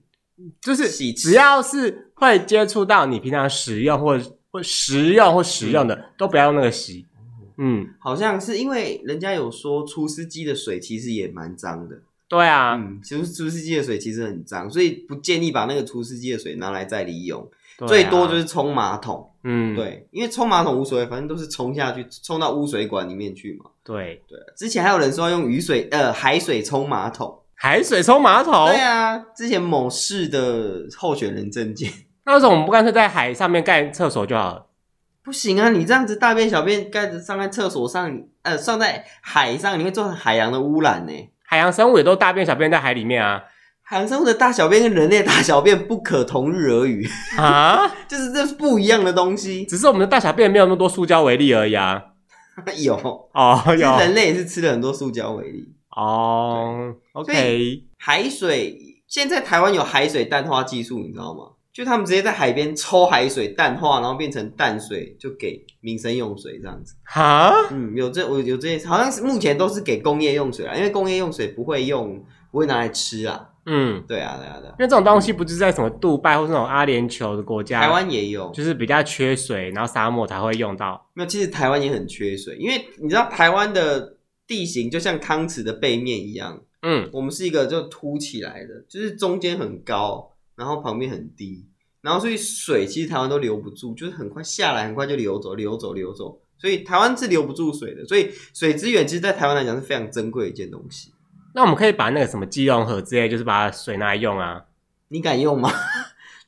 [SPEAKER 2] 就是
[SPEAKER 1] 洗
[SPEAKER 2] 只要是会接触到你平常使用或或食用或使用的，
[SPEAKER 1] 嗯
[SPEAKER 2] 都不要用那个洗。嗯，
[SPEAKER 1] 好像是因为人家有说除湿机的水其实也蛮脏的。
[SPEAKER 2] 对啊，
[SPEAKER 1] 嗯，其实除湿机的水其实很脏，所以不建议把那个除湿机的水拿来再利用，
[SPEAKER 2] 对啊
[SPEAKER 1] 最多就是冲马桶。
[SPEAKER 2] 嗯，
[SPEAKER 1] 对，因为冲马桶无所谓，反正都是冲下去，冲到污水管里面去嘛。
[SPEAKER 2] 对，
[SPEAKER 1] 对，啊之前还有人说要用雨水呃海水冲马桶。
[SPEAKER 2] 海水冲马桶。
[SPEAKER 1] 对啊，之前某市的候选人证件
[SPEAKER 2] 那为什么我们不干脆在海上面盖厕所就好了？
[SPEAKER 1] 不行啊，你这样子大便小便盖子上在厕所上，呃，上在海上，你会造成海洋的污染呢、
[SPEAKER 2] 海洋生物也都大便小便在海里面啊
[SPEAKER 1] 海洋生物的大小便跟人类大小便不可同日而语，
[SPEAKER 2] 啊！
[SPEAKER 1] 就是这是不一样的东西。
[SPEAKER 2] 只是我们的大小便没有那么多塑胶为例而已啊。
[SPEAKER 1] 有，
[SPEAKER 2] 哦，
[SPEAKER 1] 其
[SPEAKER 2] 有
[SPEAKER 1] 实人类也是吃了很多塑胶微粒。
[SPEAKER 2] 哦
[SPEAKER 1] 所
[SPEAKER 2] ，OK，
[SPEAKER 1] 海水现在台湾有海水淡化技术，你知道吗？就他们直接在海边抽海水淡化，然后变成淡水，就给民生用水这样子。
[SPEAKER 2] 哈，
[SPEAKER 1] 嗯，有这我有这些，好像是目前都是给工业用水啦，因为工业用水不会用，不会拿来吃啊。
[SPEAKER 2] 嗯，
[SPEAKER 1] 对啊，对啊，对啊
[SPEAKER 2] 因。为这种东西不就是在什么杜拜或是那种阿联酋的国家，
[SPEAKER 1] 台湾也有，
[SPEAKER 2] 就是比较缺水，然后沙漠才会用到。
[SPEAKER 1] 没有？其实台湾也很缺水，因为你知道台湾的地形就像汤匙的背面一样，
[SPEAKER 2] 嗯，
[SPEAKER 1] 我们是一个就凸起来的，就是中间很高，然后旁边很低，然后所以水其实台湾都留不住，就是很快下来，很快就流走，流走，流走。所以台湾是留不住水的，所以水资源其实，在台湾来讲是非常珍贵的一件东西。
[SPEAKER 2] 那我们可以把那个什么基隆河之类，就是把水拿来用啊。
[SPEAKER 1] 你敢用吗？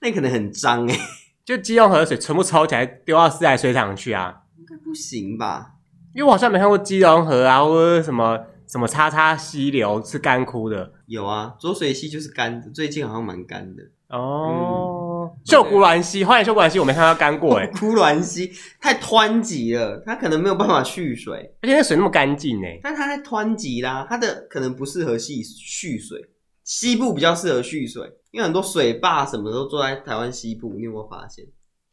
[SPEAKER 1] 那可能很脏哎、欸，
[SPEAKER 2] 就机用河水全部抽起来丢到自来水厂去啊。
[SPEAKER 1] 应该不行吧？
[SPEAKER 2] 因为我好像没看过基隆河啊，或者什么什么叉叉溪流是干枯的
[SPEAKER 1] 有啊，浊水溪就是干的，最近好像蛮干的。
[SPEAKER 2] 哦。秀姑峦溪，花莲秀姑峦溪我没看到 干过哎、
[SPEAKER 1] 枯峦溪太湍急了，它可能没有办法蓄水，
[SPEAKER 2] 而且那水那么干净哎，
[SPEAKER 1] 但它太湍急啦，它的可能不适合蓄蓄水。西部比较适合蓄水，因为很多水坝什么都坐在台湾西部，你有没有发现？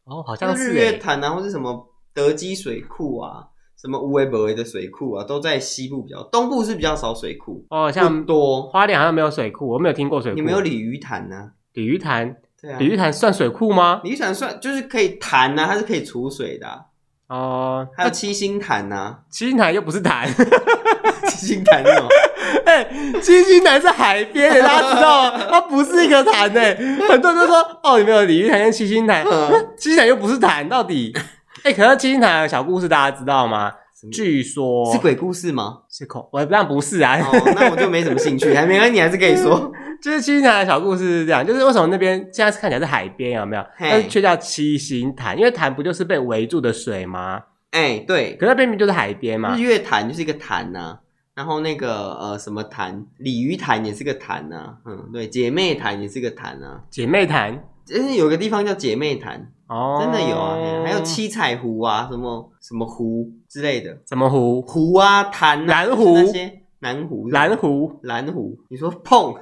[SPEAKER 2] 哦，好像
[SPEAKER 1] 像日
[SPEAKER 2] 是哎、
[SPEAKER 1] 月潭啊，或是什么德基水库啊，什么乌维伯维的水库啊，都在西部比较，东部是比较少水库，
[SPEAKER 2] 哦，
[SPEAKER 1] 不
[SPEAKER 2] 像
[SPEAKER 1] 多。
[SPEAKER 2] 花莲好像没有水库，我没有听过水库。
[SPEAKER 1] 你们有鲤鱼潭呢、
[SPEAKER 2] 鲤鱼潭？
[SPEAKER 1] 啊？对啊，
[SPEAKER 2] 鲤鱼潭算水库吗？
[SPEAKER 1] 鲤鱼潭算就是可以潭呐、啊，它是可以储水的啊、
[SPEAKER 2] 哦，
[SPEAKER 1] 还有七星潭呐、
[SPEAKER 2] 七星潭又不是潭，
[SPEAKER 1] 七星潭哦，
[SPEAKER 2] 哎、七星潭是海边的，大家知道吗？它不是一个潭哎、很多人都说哦，你们有鲤鱼潭跟七星潭，
[SPEAKER 1] 嗯
[SPEAKER 2] 七星潭又不是潭，到底？ 哎、可是七星潭的小故事大家知道吗？据说
[SPEAKER 1] 是鬼故事吗？
[SPEAKER 2] 是恐，我当然不是啊，
[SPEAKER 1] 哦，那我就没什么兴趣，还没关系，你还是可以说。
[SPEAKER 2] 就是七星潭的小故事是这样，就是为什么那边现在看起来是海边有没有？
[SPEAKER 1] 嘿
[SPEAKER 2] 但是却叫七星潭，因为潭不就是被围住的水吗？
[SPEAKER 1] 哎、对，
[SPEAKER 2] 可是那边明明就是海边嘛
[SPEAKER 1] 日。月潭就是一个潭呐、然后那个呃什么潭，鲤鱼潭也是个潭呐、嗯，对，姐妹潭也是个潭呐、
[SPEAKER 2] 姐妹潭
[SPEAKER 1] 但是有个地方叫姐妹潭，
[SPEAKER 2] 哦，
[SPEAKER 1] 真的有啊，嘿还有七彩湖啊，什么什么湖之类的，
[SPEAKER 2] 什么湖？
[SPEAKER 1] 湖啊潭啊，
[SPEAKER 2] 蓝湖
[SPEAKER 1] 就是那些南湖，
[SPEAKER 2] 蓝，湖，
[SPEAKER 1] 蓝湖，你说碰，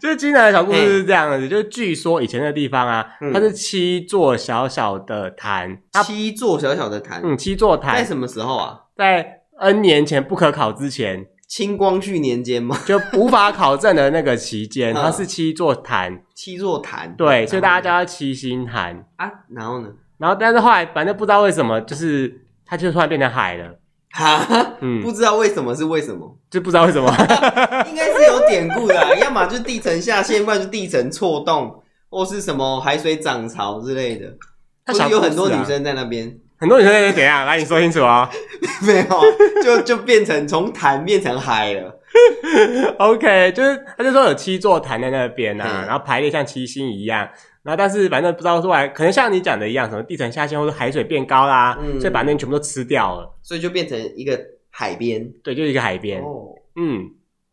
[SPEAKER 2] 就是今南的小故事是这样子，就是据说以前的地方啊，
[SPEAKER 1] 嗯
[SPEAKER 2] 它是七座小小的潭，它
[SPEAKER 1] 七座小小的潭，
[SPEAKER 2] 嗯七座
[SPEAKER 1] 在
[SPEAKER 2] 潭
[SPEAKER 1] 什么时候啊？
[SPEAKER 2] 在 N 年前不可考之前
[SPEAKER 1] 清光绪年间吗？
[SPEAKER 2] 就无法考证的那个期间，
[SPEAKER 1] 嗯
[SPEAKER 2] 它是七座潭，
[SPEAKER 1] 七座潭，
[SPEAKER 2] 对，所以大家
[SPEAKER 1] 家
[SPEAKER 2] 叫它七星潭。
[SPEAKER 1] 啊，然后呢？
[SPEAKER 2] 然后但是后来反正不知道为什么，就是它就突然变成海了，
[SPEAKER 1] 哈，
[SPEAKER 2] 嗯
[SPEAKER 1] 不，知道为什么是为什么，
[SPEAKER 2] 就不知道 为什么。
[SPEAKER 1] 应该是有典故的啊、 要么就是地层下陷，不然就是地层错动，或是什么海水涨潮之类的。
[SPEAKER 2] 那
[SPEAKER 1] 或
[SPEAKER 2] 小
[SPEAKER 1] 是有
[SPEAKER 2] 故
[SPEAKER 1] 很多
[SPEAKER 2] 事啊
[SPEAKER 1] 女生在那边，
[SPEAKER 2] 很多女生是怎样？来，你说清楚哦。
[SPEAKER 1] 没有，啊就就变成从潭变成海了。
[SPEAKER 2] OK，就是他就说有七座潭在那边啊，
[SPEAKER 1] 嗯
[SPEAKER 2] 然后排列像七星一样，然后但是反正不知道后来可能像你讲的一样，什么地层下陷或者海水变高啦，
[SPEAKER 1] 嗯
[SPEAKER 2] 所以把那边全部都吃掉了。
[SPEAKER 1] 所以就变成一个海边。
[SPEAKER 2] 对，就是一个海边，
[SPEAKER 1] 哦
[SPEAKER 2] 嗯，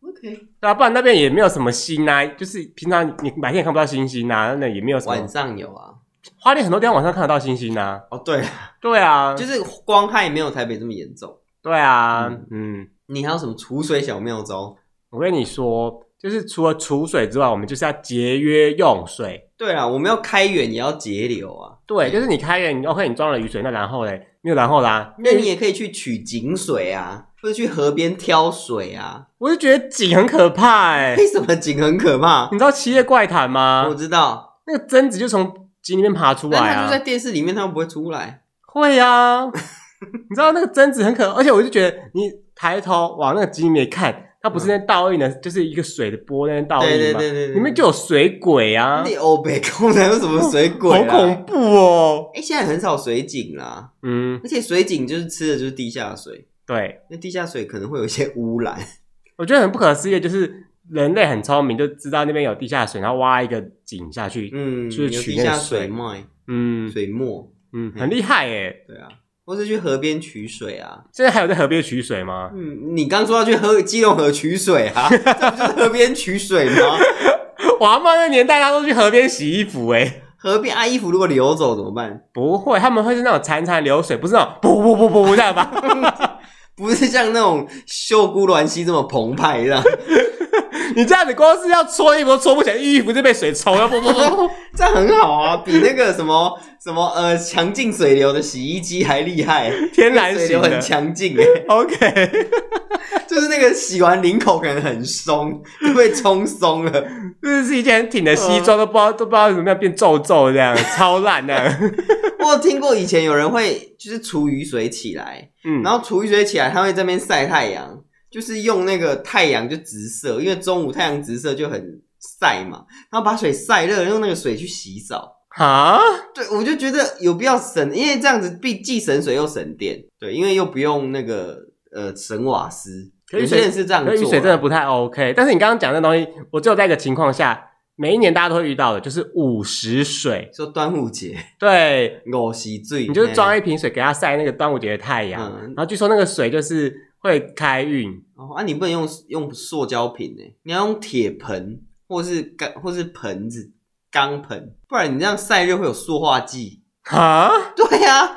[SPEAKER 1] ，OK，
[SPEAKER 2] 对啊，不然那边也没有什么星啊，就是平常你白天也看不到星星啊，那也没有什
[SPEAKER 1] 晚
[SPEAKER 2] 么。
[SPEAKER 1] 上有啊。
[SPEAKER 2] 花莲很多地方晚上看得到星星啊，
[SPEAKER 1] 哦，对了，
[SPEAKER 2] 对啊，
[SPEAKER 1] 就是光害没有台北这么严重。
[SPEAKER 2] 对啊，
[SPEAKER 1] 嗯
[SPEAKER 2] 嗯，
[SPEAKER 1] 你还有什么储水小妙招？
[SPEAKER 2] 我跟你说，就是除了储水之外，我们就是要节约用水。
[SPEAKER 1] 对啊，我们要开源也要节流啊。
[SPEAKER 2] 对，就是你开源，你 OK，你装了雨水，那然后嘞，没有然后啦。
[SPEAKER 1] 那你也可以去取井水啊，或者去河边挑水啊。
[SPEAKER 2] 我就觉得井很可怕哎、
[SPEAKER 1] 为什么井很可怕？
[SPEAKER 2] 你知道《七夜怪谈》
[SPEAKER 1] 我
[SPEAKER 2] 吗？
[SPEAKER 1] 知道，
[SPEAKER 2] 那个贞子就从井里面爬出
[SPEAKER 1] 但
[SPEAKER 2] 来
[SPEAKER 1] 他就在
[SPEAKER 2] 啊，
[SPEAKER 1] 电视里面，他们不会出来。
[SPEAKER 2] 会啊。 你知道那个贞子很可，而且我就觉得你抬头往那个井里面看，它不是那边倒映的，就是一个水的波在那边倒
[SPEAKER 1] 嗯
[SPEAKER 2] 映
[SPEAKER 1] 对
[SPEAKER 2] 嘛，
[SPEAKER 1] 对对对对，
[SPEAKER 2] 里面就有水鬼啊，
[SPEAKER 1] 你欧北空才有什么水鬼、
[SPEAKER 2] 好
[SPEAKER 1] 啊？
[SPEAKER 2] 恐怖哦。
[SPEAKER 1] 哎、现在很少水井啦，
[SPEAKER 2] 嗯，
[SPEAKER 1] 而且水井就是吃的就是地下水，
[SPEAKER 2] 对，
[SPEAKER 1] 那地下水可能会有一些污染。
[SPEAKER 2] 我觉得很不可思议，就是人类很聪明，就知道那边有地下水，然后挖一个井下去，
[SPEAKER 1] 嗯，
[SPEAKER 2] 就是
[SPEAKER 1] 有
[SPEAKER 2] 取
[SPEAKER 1] 地
[SPEAKER 2] 那个
[SPEAKER 1] 下
[SPEAKER 2] 水
[SPEAKER 1] 水脉、
[SPEAKER 2] 嗯
[SPEAKER 1] 水墨，
[SPEAKER 2] 嗯，很厉害耶！
[SPEAKER 1] 对啊，或是去河边取水啊。
[SPEAKER 2] 现在还有在河边取水吗？
[SPEAKER 1] 嗯，你刚说要去河基隆河取水啊， 这不就是河边取水吗？
[SPEAKER 2] 我阿妈那年代，大家都去河边洗衣服，哎，
[SPEAKER 1] 河边啊，衣服如果流走怎么办？
[SPEAKER 2] 不会，他们会是那种潺潺流水，不是那种噗噗噗噗噗这样吧？
[SPEAKER 1] 不是像那种秀姑峦溪这么澎湃这样，
[SPEAKER 2] 你这样子光是要搓衣服都搓不起来，衣服就被水冲了，噗噗噗噗。
[SPEAKER 1] 这样很好啊，比那个什么什么呃强劲水流的洗衣机还厉害，
[SPEAKER 2] 天然
[SPEAKER 1] 水
[SPEAKER 2] 型
[SPEAKER 1] 流很
[SPEAKER 2] 的
[SPEAKER 1] 强劲哎，
[SPEAKER 2] ，OK，
[SPEAKER 1] 就是那个洗完领口可能很松，就被冲松了。
[SPEAKER 2] 这是一件很挺的西装，都不知道都不知道怎么样变皱皱这样，超烂的。
[SPEAKER 1] 我有听过以前有人会就是除雨水起来，
[SPEAKER 2] 嗯，
[SPEAKER 1] 然后储雨水起来，它会在那边晒太阳，就是用那个太阳就直射，因为中午太阳直射就很晒嘛，然后把水晒热，用那个水去洗澡。
[SPEAKER 2] 啊，
[SPEAKER 1] 对，我就觉得有必要省，因为这样子既既省水又省电，对，因为又不用那个呃省瓦斯。
[SPEAKER 2] 可
[SPEAKER 1] 有
[SPEAKER 2] 是雨
[SPEAKER 1] 些
[SPEAKER 2] 水
[SPEAKER 1] 人是这样
[SPEAKER 2] 可
[SPEAKER 1] 做
[SPEAKER 2] 是
[SPEAKER 1] 啦，
[SPEAKER 2] 雨水真的不太 OK。但是你刚刚讲的东西，我只有在一个情况下，每一年大家都会遇到的，就是午时水。
[SPEAKER 1] 说端午节
[SPEAKER 2] 对，
[SPEAKER 1] 我洗醉，
[SPEAKER 2] 你就是装
[SPEAKER 1] 一
[SPEAKER 2] 一瓶水给它晒那个端午节的太阳，
[SPEAKER 1] 嗯
[SPEAKER 2] 然后据说那个水就是会开运，
[SPEAKER 1] 哦啊，你不能用用塑胶瓶呢，你要用铁盆或是钢或是盆子钢盆，不然你这样晒热会有塑化剂。
[SPEAKER 2] 哈，
[SPEAKER 1] 对呀、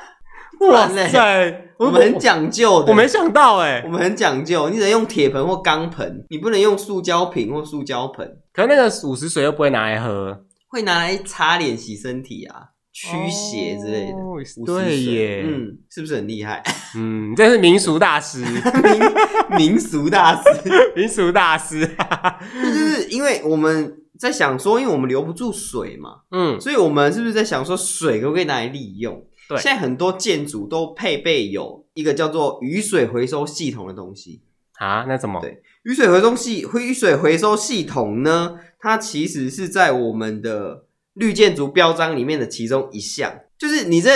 [SPEAKER 1] 不
[SPEAKER 2] 哇
[SPEAKER 1] 然嘞
[SPEAKER 2] 塞，
[SPEAKER 1] 我们很讲究的，
[SPEAKER 2] 我没想到哎、
[SPEAKER 1] 我们很讲究，你只能用铁盆或钢盆，你不能用塑胶瓶或塑胶盆，
[SPEAKER 2] 可是那个午时水又不会拿来喝，
[SPEAKER 1] 会拿来擦脸、洗身体啊、驱邪之类的。
[SPEAKER 2] 哦
[SPEAKER 1] 五十
[SPEAKER 2] 对
[SPEAKER 1] 水
[SPEAKER 2] 耶，嗯
[SPEAKER 1] 嗯，是不是很厉害？
[SPEAKER 2] 嗯，这是民俗大师，
[SPEAKER 1] 民俗大师，
[SPEAKER 2] 民俗大师，哈哈哈
[SPEAKER 1] 就是因为我们在想说，因为我们留不住水嘛，
[SPEAKER 2] 嗯，
[SPEAKER 1] 所以我们是不是在想说，水可不可以拿来利用？
[SPEAKER 2] 对
[SPEAKER 1] 现在很多建筑都配备有一个叫做雨水回收系统的东西。
[SPEAKER 2] 啊，那怎么？
[SPEAKER 1] 对雨水回收系雨水回收系统呢，它其实是在我们的绿建筑标章里面的其中一项，就是你这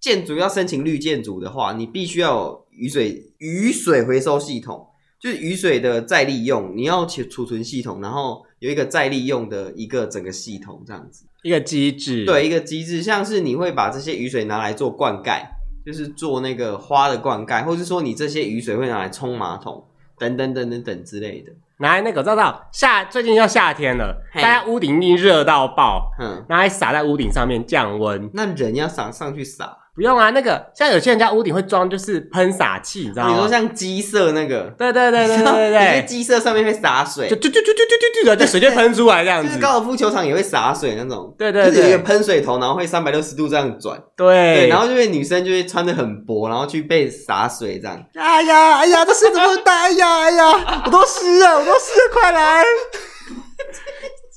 [SPEAKER 1] 建筑要申请绿建筑的话，你必须要有雨水雨水回收系统，就是雨水的再利用，你要储储存系统，然后有一个再利用的一个整个系统这样子，
[SPEAKER 2] 一个机制，
[SPEAKER 1] 对，一个机制，像是你会把这些雨水拿来做灌溉，就是做那个花的灌溉，或是说你这些雨水会拿来冲马桶。等等等等等之类的，
[SPEAKER 2] 拿来那个，知道夏最近要夏天了，大
[SPEAKER 1] 嘿
[SPEAKER 2] 家屋顶一定热到爆，
[SPEAKER 1] 嗯，
[SPEAKER 2] 拿来撒在屋顶上面降温。
[SPEAKER 1] 那人要上上去撒，
[SPEAKER 2] 不用啊，那个像有些人家屋顶会装就是喷洒器，你知道
[SPEAKER 1] 你说
[SPEAKER 2] 吗？
[SPEAKER 1] 像鸡舍那个，
[SPEAKER 2] 对啊对对对对对
[SPEAKER 1] 有些
[SPEAKER 2] 对，
[SPEAKER 1] 鸡舍上面会洒水，
[SPEAKER 2] 就就就就就就就就就水就喷出来这样
[SPEAKER 1] 就
[SPEAKER 2] 子
[SPEAKER 1] 是，高尔夫球场也会洒水那种，
[SPEAKER 2] 对对
[SPEAKER 1] 就是有一个
[SPEAKER 2] 对
[SPEAKER 1] 喷水头，然后会三百六十度这样转，对，
[SPEAKER 2] 对，
[SPEAKER 1] 然后就会女生就会穿的很薄，然后去被洒水这样，
[SPEAKER 2] 哎呀哎呀，这水怎么打？哎呀哎呀，我都湿 了，我都湿了，快来！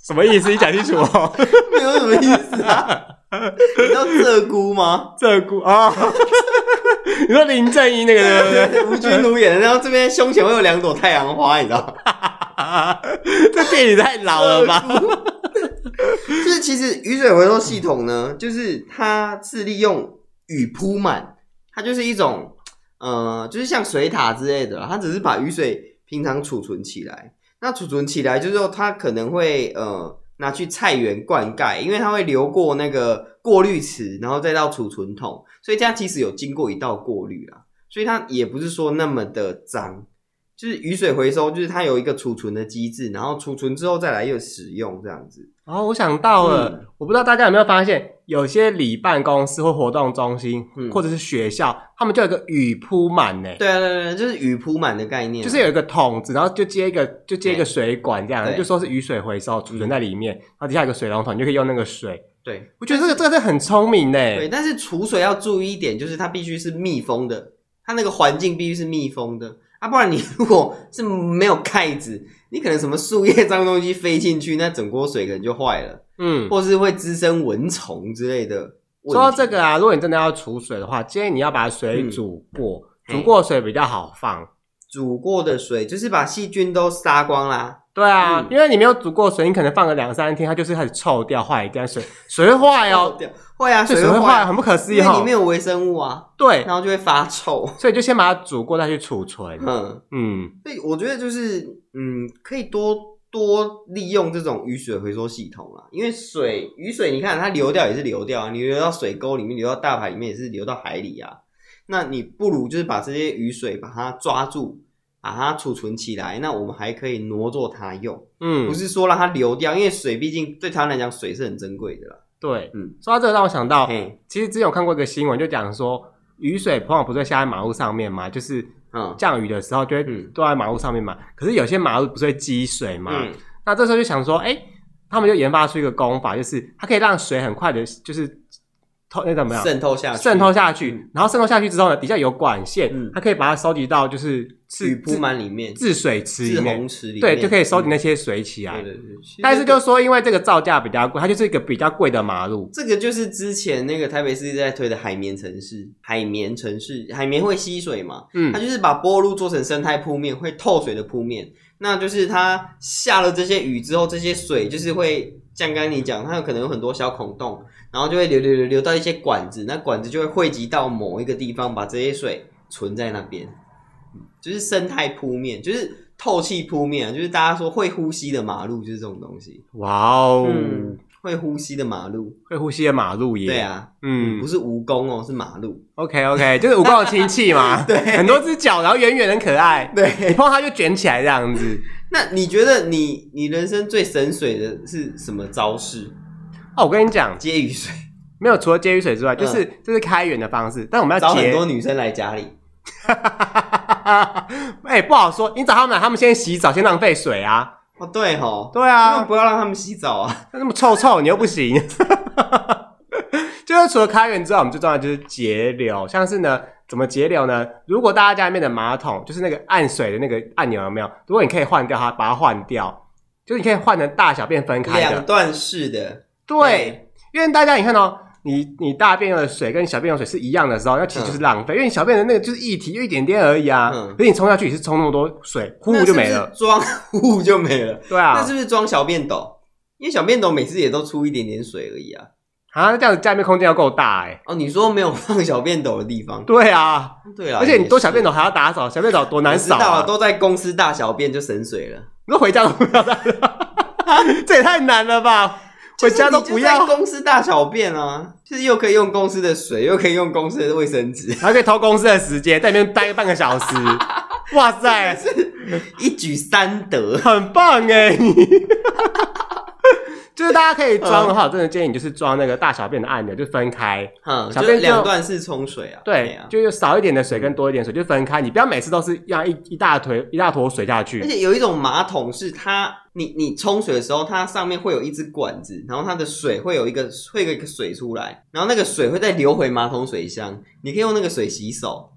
[SPEAKER 2] 什么意思？你讲清楚哦。
[SPEAKER 1] 没有什么意思啊？你知道鹧鸪吗？
[SPEAKER 2] 这股 啊，你说林正英那个对不对？
[SPEAKER 1] 吴君如演的，然后这边胸前会有两朵太阳花，你知道吗？
[SPEAKER 2] 啊这电影太老了吧？
[SPEAKER 1] 就是其实雨水回收系统呢，就是它是利用雨铺满，它就是一种呃，就是像水塔之类的啦，它只是把雨水平常储存起来。那储存起来就是说，它可能会呃拿去菜园灌溉，因为它会流过那个过滤池，然后再到储存桶，所以它其实有经过一道过滤啦，所以它也不是说那么的脏。就是雨水回收，就是它有一个储存的机制，然后储存之后再来又使用这样子。
[SPEAKER 2] 哦，我想到了，
[SPEAKER 1] 嗯
[SPEAKER 2] 我不知道大家有没有发现，有些里办公室或活动中心，
[SPEAKER 1] 嗯
[SPEAKER 2] 或者是学校，他们就有一个雨铺满呢，
[SPEAKER 1] 对啊，对啊对啊，就是雨铺满的概念啊，
[SPEAKER 2] 就是有一个桶子，然后就接一个就接一个水管这样，
[SPEAKER 1] 对
[SPEAKER 2] 就说是雨水回收储存在里面，然后底下有个水龙头，你就可以用那个水。
[SPEAKER 1] 对
[SPEAKER 2] 我觉得这个这个真的很聪明呢。
[SPEAKER 1] 对，但是储水要注意一点，就是它必须是密封的，它那个环境必须是密封的啊，不然你 如果是没有盖子，你可能什么树叶脏东西飞进去，那整锅水可能就坏了，
[SPEAKER 2] 嗯，
[SPEAKER 1] 或是会滋生蚊虫之类的问题。
[SPEAKER 2] 说到这个啊，如果你真的要储水的话，建议你要把水煮过，
[SPEAKER 1] 嗯
[SPEAKER 2] 煮过水比较好放。
[SPEAKER 1] 煮过的水，就是把细菌都杀光啦。
[SPEAKER 2] 对啊，
[SPEAKER 1] 嗯
[SPEAKER 2] 因为你没有煮过水，你可能放个两三天，它就是开始臭掉、坏掉，水水会坏哦，
[SPEAKER 1] 掉会啊，
[SPEAKER 2] 对，
[SPEAKER 1] 水
[SPEAKER 2] 水会
[SPEAKER 1] 会
[SPEAKER 2] 坏，
[SPEAKER 1] 坏，
[SPEAKER 2] 很不可思
[SPEAKER 1] 因
[SPEAKER 2] 议
[SPEAKER 1] 为里
[SPEAKER 2] 哦
[SPEAKER 1] 面。有微生物啊，
[SPEAKER 2] 对，
[SPEAKER 1] 然后就会发臭。
[SPEAKER 2] 所以就先把它煮过再去储存。
[SPEAKER 1] 嗯，
[SPEAKER 2] 嗯，
[SPEAKER 1] 所以我觉得就是，嗯，可以多多利用这种雨水回收系统啦，因为水雨水你看它流掉也是流掉啊，你流到水沟里面，流到大海里面也是流到海里啊。那你不如就是把这些雨水把它抓住，把它储存起来，那我们还可以挪作它用，
[SPEAKER 2] 嗯
[SPEAKER 1] 不，是说让它流掉，因为水毕竟对台湾来讲水是很珍贵的啦。
[SPEAKER 2] 对，
[SPEAKER 1] 嗯，
[SPEAKER 2] 说到这个让我想到，
[SPEAKER 1] 嘿，
[SPEAKER 2] 其实之前有看过一个新闻，就讲说雨水往往不是会下在马路上面嘛，就是
[SPEAKER 1] 嗯
[SPEAKER 2] 降雨的时候就会
[SPEAKER 1] 嗯
[SPEAKER 2] 都在马路上面嘛。可是有些马路不是会积水嘛，
[SPEAKER 1] 嗯，
[SPEAKER 2] 那这时候就想说，哎、他们就研发出一个功法，就是它可以让水很快的，就是透那怎么样
[SPEAKER 1] 渗透下去，
[SPEAKER 2] 渗透下去，然后渗透下去之后呢，底下有管线，
[SPEAKER 1] 嗯
[SPEAKER 2] 它可以把它收集到就是
[SPEAKER 1] 雨
[SPEAKER 2] 自
[SPEAKER 1] 铺满里面，
[SPEAKER 2] 自水池里
[SPEAKER 1] 自
[SPEAKER 2] 面
[SPEAKER 1] 洪，池里面，
[SPEAKER 2] 对，就可以收集那
[SPEAKER 1] 嗯
[SPEAKER 2] 些水起来。
[SPEAKER 1] 对对对，其实
[SPEAKER 2] 但
[SPEAKER 1] 这
[SPEAKER 2] 是
[SPEAKER 1] 个
[SPEAKER 2] 就说，因为这个造价比较贵，它就是一个比较贵的马路。
[SPEAKER 1] 这个就是之前那个台北市在推的海绵城市，海绵城市，海绵会吸水嘛？
[SPEAKER 2] 嗯
[SPEAKER 1] 它，就是把波路做成生态铺面，会透水的铺面。那就是它下了这些雨之后，这些水就是会像刚刚你讲，它有可能有很多小孔洞，然后就会流流流流到一些管子，那管子就会汇集到某一个地方，把这些水存在那边，嗯就是生态铺面，就是。透气扑面啊，就是大家说会呼吸的马路就是这种东西，
[SPEAKER 2] 哇哦，
[SPEAKER 1] 嗯会呼吸的马路，
[SPEAKER 2] 会呼吸的马路耶，
[SPEAKER 1] 对，啊，
[SPEAKER 2] 嗯
[SPEAKER 1] 不是蜈蚣哦，是马路，
[SPEAKER 2] ，OK OK，就是蜈蚣的亲戚 嘛，
[SPEAKER 1] 对
[SPEAKER 2] 很多只脚，然后圆圆很可爱，你
[SPEAKER 1] 对。
[SPEAKER 2] 碰它就卷起来这样子。
[SPEAKER 1] 那你觉得你你人生最神水的是什么招式？
[SPEAKER 2] 哦，我跟你讲，
[SPEAKER 1] 接雨 水，
[SPEAKER 2] 没有除了接雨水之外，就是、这是开源的方式，但我们要
[SPEAKER 1] 嗯找很
[SPEAKER 2] 节
[SPEAKER 1] 多女生来家里，
[SPEAKER 2] 哎、不好说，你找他们来，他们先洗澡，先浪费水啊。
[SPEAKER 1] 哦，对吼，
[SPEAKER 2] 对
[SPEAKER 1] 那
[SPEAKER 2] 啊，
[SPEAKER 1] 不要让他们洗澡啊。
[SPEAKER 2] 那么臭臭，你又不 行。就是除了开源之外，我们最重要的就是节流。像是呢，怎么节流呢？如果大家家里面的马桶就是那个按水的那个按钮有没有？如果你可以换掉它，把它换掉，就是你可以换成大小便分开
[SPEAKER 1] 两
[SPEAKER 2] 的。
[SPEAKER 1] 段式的，哎
[SPEAKER 2] 对，因为大家你看哦，你你大便用的水跟你小便用的水是一样的时候，那其实就是浪费，因为你小便的那个就是液体，就一点点而已啊。
[SPEAKER 1] 嗯
[SPEAKER 2] 可是你冲下去也是冲那么多水，呼
[SPEAKER 1] 那
[SPEAKER 2] 就没
[SPEAKER 1] 是不是
[SPEAKER 2] 了。
[SPEAKER 1] 装 呼就没了。
[SPEAKER 2] 对啊，
[SPEAKER 1] 那是不是装小便斗？因为小便斗每次也都出一点点水而已啊。
[SPEAKER 2] 啊，这样子家里面空间要够大哎、
[SPEAKER 1] 哦，你说没有放小便斗的地方？
[SPEAKER 2] 对啊，
[SPEAKER 1] 对啊，
[SPEAKER 2] 而且你多小便
[SPEAKER 1] 斗
[SPEAKER 2] 斗还要打扫，小便斗多难
[SPEAKER 1] 难
[SPEAKER 2] 扫、
[SPEAKER 1] 扫啊，
[SPEAKER 2] 啊，
[SPEAKER 1] 都在公司大小便就省水了。
[SPEAKER 2] 你都回家都不要打扫， 这也太难了吧？回家都不
[SPEAKER 1] 就是
[SPEAKER 2] 要
[SPEAKER 1] 你就，在公司大小便啊，就是又可以用公司的水，又可以用公司的卫生纸，
[SPEAKER 2] 还可以偷公司的时间，在那边待半个 小时，哇塞，
[SPEAKER 1] 一举三得。
[SPEAKER 2] 很棒哎、你。 就是大家可以装的话，我真的建议你就是装那个大小便的按钮，就分开，
[SPEAKER 1] 嗯，
[SPEAKER 2] 小
[SPEAKER 1] 就
[SPEAKER 2] 便就
[SPEAKER 1] 两段式冲水啊。
[SPEAKER 2] 对
[SPEAKER 1] 啊，。
[SPEAKER 2] 就是少一点的水跟多一点水就分开，你不要每次都是要一一大坨一大坨水下去
[SPEAKER 1] 而。且有一种马桶是它，你你冲水的时候，它上面会有一支管子，然后它的水会有一个会有一个水出来，然后那个水会再流回马桶水箱，你可以用那个水洗手。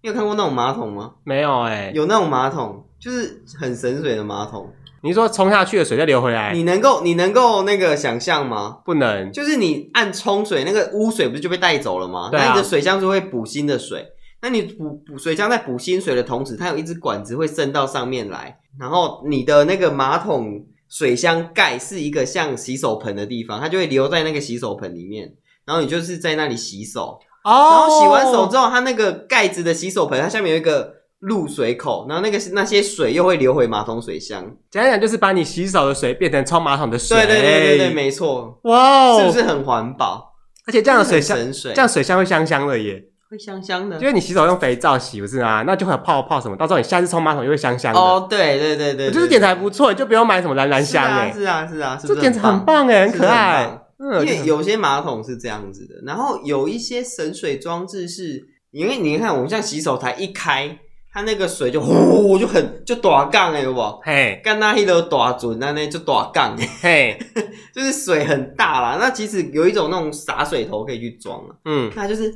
[SPEAKER 1] 你有看过那种马桶吗？
[SPEAKER 2] 没有哎、
[SPEAKER 1] 有那种马桶，就是很省水的马桶。
[SPEAKER 2] 你是说冲下去的水再流回来
[SPEAKER 1] 你能够你能够那个想象吗？
[SPEAKER 2] 不能，
[SPEAKER 1] 就是你按冲水，那个污水不是就被带走了吗？
[SPEAKER 2] 对啊
[SPEAKER 1] 那你的水箱就会补新的水。那你补补水箱在补新水的同时，它有一支管子会渗到上面来，然后你的那个马桶水箱盖是一个像洗手盆的地方，它就会留在那个洗手盆里面。然后你就是在那里洗手，
[SPEAKER 2] 哦，
[SPEAKER 1] 然后洗完手之后，它那个盖子的洗手盆，它下面有一个入水口，然后那个那些水又会流回马桶水箱。
[SPEAKER 2] 简单讲就是把你洗手的水变成冲马桶的水。
[SPEAKER 1] 对对对对对，没错，
[SPEAKER 2] 哇哦，
[SPEAKER 1] 是不是很环保？
[SPEAKER 2] 而且这样的水香，
[SPEAKER 1] 省水，
[SPEAKER 2] 这样水香会香香的耶。
[SPEAKER 1] 会香香的
[SPEAKER 2] 就。是你洗手用肥皂洗不是吗？那就会有泡泡什么，到时候你下次冲马桶又会香香的。
[SPEAKER 1] 哦，对对对对，
[SPEAKER 2] 我觉得这点子还不错，就不用买什么兰兰
[SPEAKER 1] 是
[SPEAKER 2] 香
[SPEAKER 1] 啊
[SPEAKER 2] 哎，
[SPEAKER 1] 是啊是啊，是
[SPEAKER 2] 这
[SPEAKER 1] 不是
[SPEAKER 2] 点子很？棒哎，很
[SPEAKER 1] 是
[SPEAKER 2] 可
[SPEAKER 1] 不是很
[SPEAKER 2] 爱
[SPEAKER 1] 棒。因
[SPEAKER 2] 嗯，就是
[SPEAKER 1] 为有些马桶是这样子的，然后有一些省水装置是，因为你看我们像洗手台一开，它那个水就呼就很就短杠哎，有不？
[SPEAKER 2] 嘿
[SPEAKER 1] 干那一头短准那那就短杠哎，
[SPEAKER 2] 嘿，
[SPEAKER 1] 就是水很大啦。那其实有一种那种洒水头可以去装啊，
[SPEAKER 2] 嗯，
[SPEAKER 1] 那就是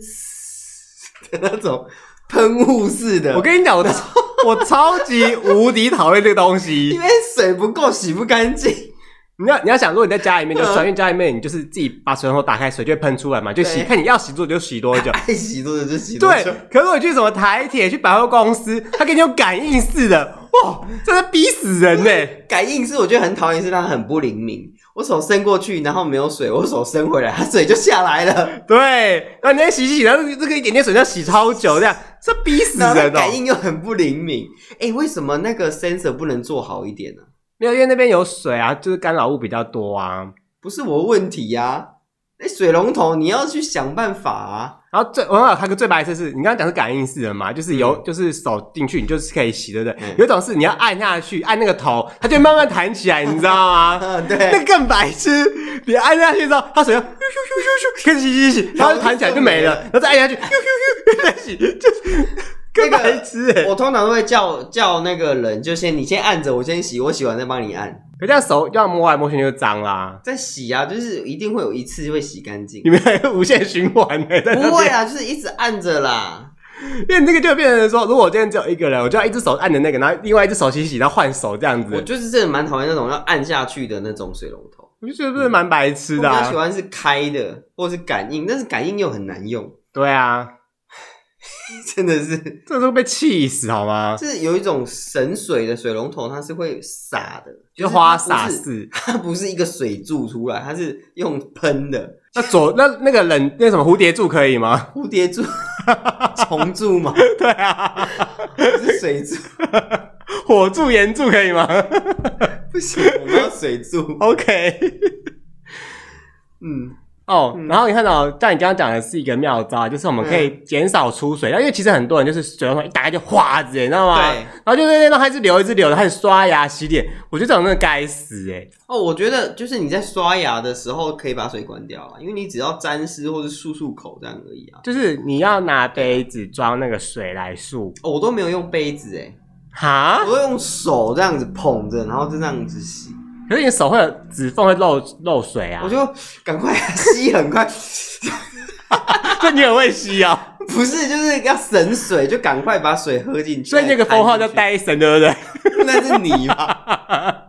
[SPEAKER 1] 的那种喷雾式的。
[SPEAKER 2] 我跟你讲，我 我超级无敌讨厌这个东
[SPEAKER 1] 因
[SPEAKER 2] 西。
[SPEAKER 1] 为水不够洗不干净，
[SPEAKER 2] 你要你要想，如果你在家里面就算，
[SPEAKER 1] 嗯
[SPEAKER 2] 因为家里面你就是自己把水龙头打开，水就会喷出来嘛，就洗，
[SPEAKER 1] 对
[SPEAKER 2] 看你要洗多久就洗多久。
[SPEAKER 1] 爱洗多久就洗多
[SPEAKER 2] 对
[SPEAKER 1] 久。，
[SPEAKER 2] 可是我去什么台铁、去百货公司，他给你有感应式的，哇，真的逼死人呢、
[SPEAKER 1] 感应是我觉得很讨厌，是它很不灵敏。我手伸过去，然后没有水，我手伸回来，它水就下来了，
[SPEAKER 2] 对，然后你在洗洗洗，然后这个一点点水就要洗超久，这样这逼死
[SPEAKER 1] 然后它
[SPEAKER 2] 人哦、
[SPEAKER 1] 感应又很不灵敏。哎、为什么那个 sensor 不能做好一点呢、
[SPEAKER 2] 没有，因为那边有水啊，就是干扰物比较多啊。
[SPEAKER 1] 不是我问题呀、那、水龙头你要去想办法啊。
[SPEAKER 2] 然后最我还有看个最白痴的是，你刚刚讲是感应式的嘛，就是有、就是手进去你就是可以洗，对不对？
[SPEAKER 1] 嗯
[SPEAKER 2] 有一种是你要按下去，按那个头，它就会慢慢弹起来，你知道吗？
[SPEAKER 1] 嗯，
[SPEAKER 2] 那
[SPEAKER 1] 对，
[SPEAKER 2] 个更白痴，你按下去之后，它水就咻咻咻咻咻开始洗洗洗，然后就弹起来就没了，然后再按下去，咻咻咻再洗，就是更白痴、欸。
[SPEAKER 1] 我通常都会叫叫那个人，就先你先按着，我先洗，我洗完再帮你按，
[SPEAKER 2] 可这样手这样摸来摸去就脏啦，
[SPEAKER 1] 再洗啊，就是一定会有一次就会洗干净
[SPEAKER 2] 你。们还有无限循环呢、欸，在那边
[SPEAKER 1] 不会啊，就是一直按着啦。
[SPEAKER 2] 因为那个就变成说，如果我今天只有一个人，我就要一只手按着那个，然后另外一只手洗洗，然后换手这样
[SPEAKER 1] 我
[SPEAKER 2] 子，
[SPEAKER 1] 就是真的蛮讨厌那种要按下去的那种水龙头。
[SPEAKER 2] 我就觉得不是蛮白痴的、
[SPEAKER 1] 我比较喜
[SPEAKER 2] 啊。
[SPEAKER 1] 欢是开的，或是感应，但是感应又很难用，
[SPEAKER 2] 对啊，
[SPEAKER 1] 真的是，
[SPEAKER 2] 这都被气死好吗？
[SPEAKER 1] 就是有一种省水的水龙头，它是会洒的，
[SPEAKER 2] 就是花
[SPEAKER 1] 它
[SPEAKER 2] 洒
[SPEAKER 1] 不是，
[SPEAKER 2] 式，
[SPEAKER 1] 它不是一个水柱出来，它是用喷的
[SPEAKER 2] 那左那那个冷那什么蝴蝶柱可以吗？
[SPEAKER 1] 蝴蝶 柱、虫柱嘛，
[SPEAKER 2] 对啊，
[SPEAKER 1] 不是水柱，
[SPEAKER 2] 火柱、岩柱可以吗
[SPEAKER 1] 不行，我们要水柱。
[SPEAKER 2] ？OK，
[SPEAKER 1] 嗯，
[SPEAKER 2] 哦、
[SPEAKER 1] 嗯
[SPEAKER 2] 然后你看到，像你刚刚讲的是一个妙招啊，就是我们可以减少出水，因为其实很多人就是水龙头一打开就哗直接，你知道吗？
[SPEAKER 1] 对。
[SPEAKER 2] 然后就在那边开始流，一直流，然后开始刷牙、洗脸，我觉得这种真的该死哎、
[SPEAKER 1] 哦，我觉得就是你在刷牙的时候可以把水关掉啊，因为你只要沾湿或是漱漱口这样而已啊。
[SPEAKER 2] 就是你要拿杯子装那个水来漱，
[SPEAKER 1] 哦，我都没有用杯子哎、
[SPEAKER 2] 哈
[SPEAKER 1] 我，都用手这样子捧着，然后就这样子洗。
[SPEAKER 2] 可是你手会有指缝会漏漏水啊，
[SPEAKER 1] 我就赶快吸，很快，
[SPEAKER 2] 这你很会吸哦。
[SPEAKER 1] 不是就是要省水，就赶快把水喝进去。
[SPEAKER 2] 所以那个
[SPEAKER 1] 再
[SPEAKER 2] 封号
[SPEAKER 1] 含
[SPEAKER 2] 叫
[SPEAKER 1] 哎进去，
[SPEAKER 2] 呆神，对不 对？
[SPEAKER 1] 那是你吧？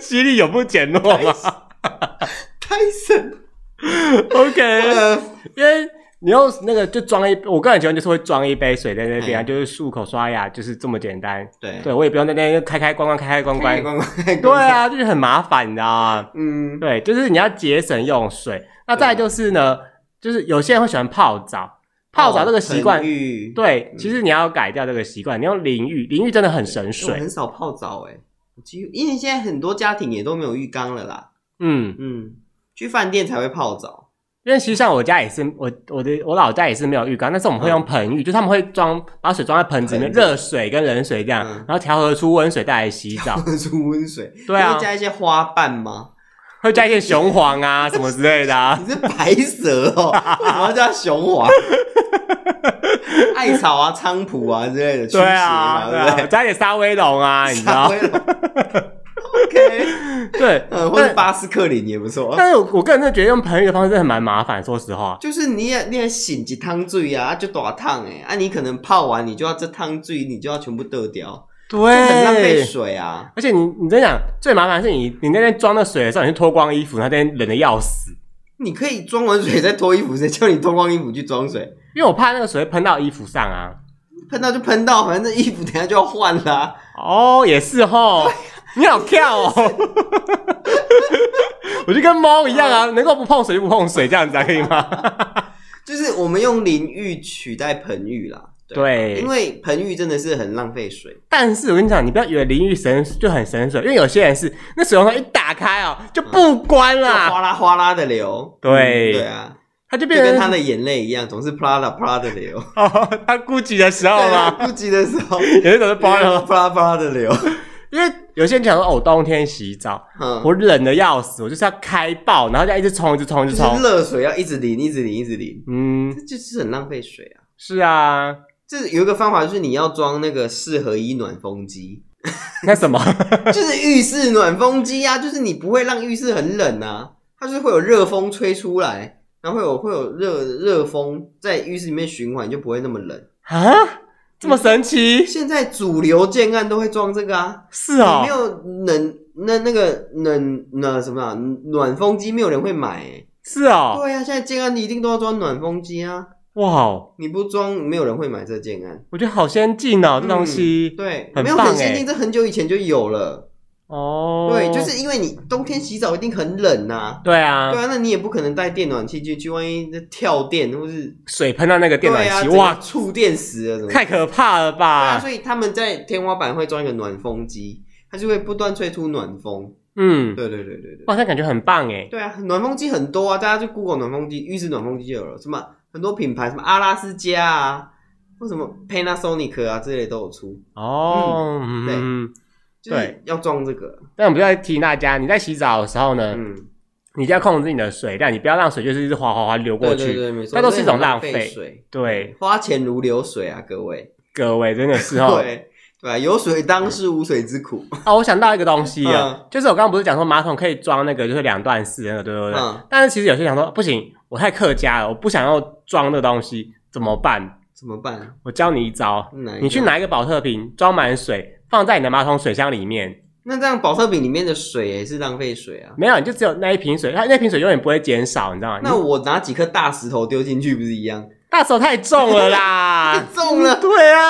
[SPEAKER 2] 吸力有不减弱吗
[SPEAKER 1] 太神
[SPEAKER 2] ？OK，
[SPEAKER 1] 了！
[SPEAKER 2] 因为你用那个就装一，我个人喜欢就是会装一杯水在那边啊，
[SPEAKER 1] 嗯
[SPEAKER 2] 就是漱口刷牙，就是这么简单。
[SPEAKER 1] 对
[SPEAKER 2] 对我也不用在那边开开关关开开关
[SPEAKER 1] 乖
[SPEAKER 2] 关，
[SPEAKER 1] 乖乖，
[SPEAKER 2] 对啊，就是很麻烦，你知道吗？
[SPEAKER 1] 嗯，
[SPEAKER 2] 对，就是你要节省用水。那再来就是呢，就是有些人会喜欢泡澡，泡澡这个习惯
[SPEAKER 1] 哦，淋浴
[SPEAKER 2] 对，其实你要改掉这个习惯，你用淋浴，淋浴真的很省
[SPEAKER 1] 哎我
[SPEAKER 2] 水。
[SPEAKER 1] 很少泡澡哎、我几乎因为现在很多家庭也都没有浴缸了啦。
[SPEAKER 2] 嗯，
[SPEAKER 1] 嗯，去饭店才会泡澡。
[SPEAKER 2] 因为其实像我家也是，我我的我老家也是没有浴缸，但是我们会用盆浴，就他们会装把水装在盆子里面，
[SPEAKER 1] 嗯盆子
[SPEAKER 2] 热水跟冷水这样，
[SPEAKER 1] 嗯
[SPEAKER 2] 然后调和出温水带来洗 澡，
[SPEAKER 1] 出温水，
[SPEAKER 2] 对啊
[SPEAKER 1] 你会加一些花瓣吗？
[SPEAKER 2] 会加一些雄黄啊什么之类 的啊。
[SPEAKER 1] 你是白蛇 哦，为什么要叫雄黄？艾草啊、菖蒲啊之类的，驱邪
[SPEAKER 2] 对
[SPEAKER 1] 嘛，
[SPEAKER 2] 啊，对
[SPEAKER 1] 对不
[SPEAKER 2] 啊，
[SPEAKER 1] 对？
[SPEAKER 2] 加一点沙威 龙啊， 你知
[SPEAKER 1] 稍
[SPEAKER 2] 道？
[SPEAKER 1] 微 OK，
[SPEAKER 2] 对，
[SPEAKER 1] 嗯，或者
[SPEAKER 2] 但
[SPEAKER 1] 巴斯克林也不错。
[SPEAKER 2] 但是我我个人真的觉得用盆浴的方式真的很蛮麻烦，说实话。
[SPEAKER 1] 就是你也你也醒一汤醉啊，啊就大烫哎，啊你可能泡完你就要这汤醉，你就要全部得掉，就很浪费
[SPEAKER 2] 对，
[SPEAKER 1] 水啊。
[SPEAKER 2] 而且你你真想最麻烦的是你你那天装那水的时候，你就脱光衣服，然后在那边冷的要死，
[SPEAKER 1] 你可以装完水再脱衣服，谁叫你脱光衣服去装水？
[SPEAKER 2] 因为我怕那个水会喷到衣服上啊。
[SPEAKER 1] 喷到就喷到，反正衣服等一下就要换啦、
[SPEAKER 2] 哦，也是
[SPEAKER 1] 啊
[SPEAKER 2] 吼，你好跳 哦！我就跟猫一样啊，
[SPEAKER 1] 嗯
[SPEAKER 2] 能够不碰水就不碰水，这样子啊，可以吗？
[SPEAKER 1] 就是我们用淋浴取代盆浴啦，啊
[SPEAKER 2] 对
[SPEAKER 1] 因，为盆浴真的是很浪费水。
[SPEAKER 2] 但是我跟你讲，你不要以为淋浴神就很神水，因为有些人是那水龙头一打开哦就不关
[SPEAKER 1] 就
[SPEAKER 2] 啦，
[SPEAKER 1] 哗啦哗啦的流，
[SPEAKER 2] 啊对
[SPEAKER 1] 嗯对啊，
[SPEAKER 2] 它就
[SPEAKER 1] 嗯就
[SPEAKER 2] 变
[SPEAKER 1] 跟
[SPEAKER 2] 成
[SPEAKER 1] 他的眼泪一样，总是啪啦啪啦的流。
[SPEAKER 2] 哦，他估计的时候
[SPEAKER 1] 啊，
[SPEAKER 2] 嘛，
[SPEAKER 1] 不急的时候，
[SPEAKER 2] 有一种是包了，
[SPEAKER 1] 啪啦啪啦的 流。
[SPEAKER 2] 因为有些人讲说哦，我冬天洗澡，
[SPEAKER 1] 嗯，
[SPEAKER 2] 我冷的要死，我就是要开爆，然后这样一直冲，一直冲，一
[SPEAKER 1] 就
[SPEAKER 2] 直
[SPEAKER 1] 是
[SPEAKER 2] 冲，
[SPEAKER 1] 热水要一直淋，一直淋，一直淋，
[SPEAKER 2] 嗯，
[SPEAKER 1] 这就是很浪费水啊。
[SPEAKER 2] 是啊，
[SPEAKER 1] 这有一个方法就是你要装那个四合一暖风机，
[SPEAKER 2] 那什么？
[SPEAKER 1] 就是浴室暖风机啊，就是你不会让浴室很冷啊，它就是会有热风吹出来，然后会有会有热热风在浴室里面循环，就不会那么冷。
[SPEAKER 2] 啊，这么神奇？
[SPEAKER 1] 现在主流建案都会装这个啊，
[SPEAKER 2] 是哦
[SPEAKER 1] 你没，有冷那那个冷那什么啊，暖风机没有人会买、欸。
[SPEAKER 2] 是哦，
[SPEAKER 1] 对啊，现在建案你一定都要装暖风机啊，
[SPEAKER 2] 哇哦，
[SPEAKER 1] 你不装没有人会买这建案。
[SPEAKER 2] 我觉得好先进哦，这东西、
[SPEAKER 1] 对，
[SPEAKER 2] 很
[SPEAKER 1] 没有
[SPEAKER 2] 棒
[SPEAKER 1] 很先
[SPEAKER 2] 欸
[SPEAKER 1] 进，这很久以前就有了。
[SPEAKER 2] 哦，
[SPEAKER 1] 对，就是因为你冬天洗澡一定很冷呐、
[SPEAKER 2] 对啊，
[SPEAKER 1] 对啊，那你也不可能带电暖器进去，万一那跳电或是
[SPEAKER 2] 水喷到那个电暖
[SPEAKER 1] 对啊
[SPEAKER 2] 器，
[SPEAKER 1] 整个
[SPEAKER 2] 哇，
[SPEAKER 1] 触电死了怎么办？
[SPEAKER 2] 太可怕了
[SPEAKER 1] 对啊，
[SPEAKER 2] 吧？
[SPEAKER 1] 所以他们在天花板会装一个暖风机，它就会不断吹出暖风。
[SPEAKER 2] 嗯，
[SPEAKER 1] 对对对对对，
[SPEAKER 2] 哇，那感觉很棒哎，
[SPEAKER 1] 对啊，暖风机很多啊，大家就 Google 暖风机，浴室暖风机就有了，什么很多品牌，什么阿拉斯加啊，或什么 Panasonic 啊这类都有出，
[SPEAKER 2] 哦，
[SPEAKER 1] 对
[SPEAKER 2] 嗯，
[SPEAKER 1] 就
[SPEAKER 2] 对
[SPEAKER 1] 是要装这个。
[SPEAKER 2] 但我们就在提醒大家，你在洗澡的时候呢，
[SPEAKER 1] 嗯，
[SPEAKER 2] 你一定要控制你的水量，你不要让水就是一直哗哗哗流过
[SPEAKER 1] 对
[SPEAKER 2] 去。
[SPEAKER 1] 对对，没错，
[SPEAKER 2] 那都是一种
[SPEAKER 1] 真的很
[SPEAKER 2] 浪
[SPEAKER 1] 浪
[SPEAKER 2] 费
[SPEAKER 1] 水。
[SPEAKER 2] 对，
[SPEAKER 1] 花钱如流水啊，各位。
[SPEAKER 2] 各位真的是哦。
[SPEAKER 1] 对对啊，有水当是无水之苦。
[SPEAKER 2] 哦，我想到一个东西啊，
[SPEAKER 1] 嗯
[SPEAKER 2] 就是我刚刚不是讲说马桶可以装那个就是两段式的那个，对不对？
[SPEAKER 1] 嗯
[SPEAKER 2] 但是其实有些人想说，不行，我太客家了，我不想要装那东西，怎么办？
[SPEAKER 1] 怎么办？
[SPEAKER 2] 我教你一招，
[SPEAKER 1] 哪一个
[SPEAKER 2] 你去？拿一个保特瓶装满水，放在你的马桶水箱里面，
[SPEAKER 1] 那这样保特瓶里面的水也是浪费水啊。
[SPEAKER 2] 没有，你就只有那一瓶水，它那瓶水永远不会减少，你知道吗？
[SPEAKER 1] 那
[SPEAKER 2] 你
[SPEAKER 1] 我拿几颗大石头丢进去不是一样？，
[SPEAKER 2] 大手太重了啦
[SPEAKER 1] 重了，
[SPEAKER 2] 对啊，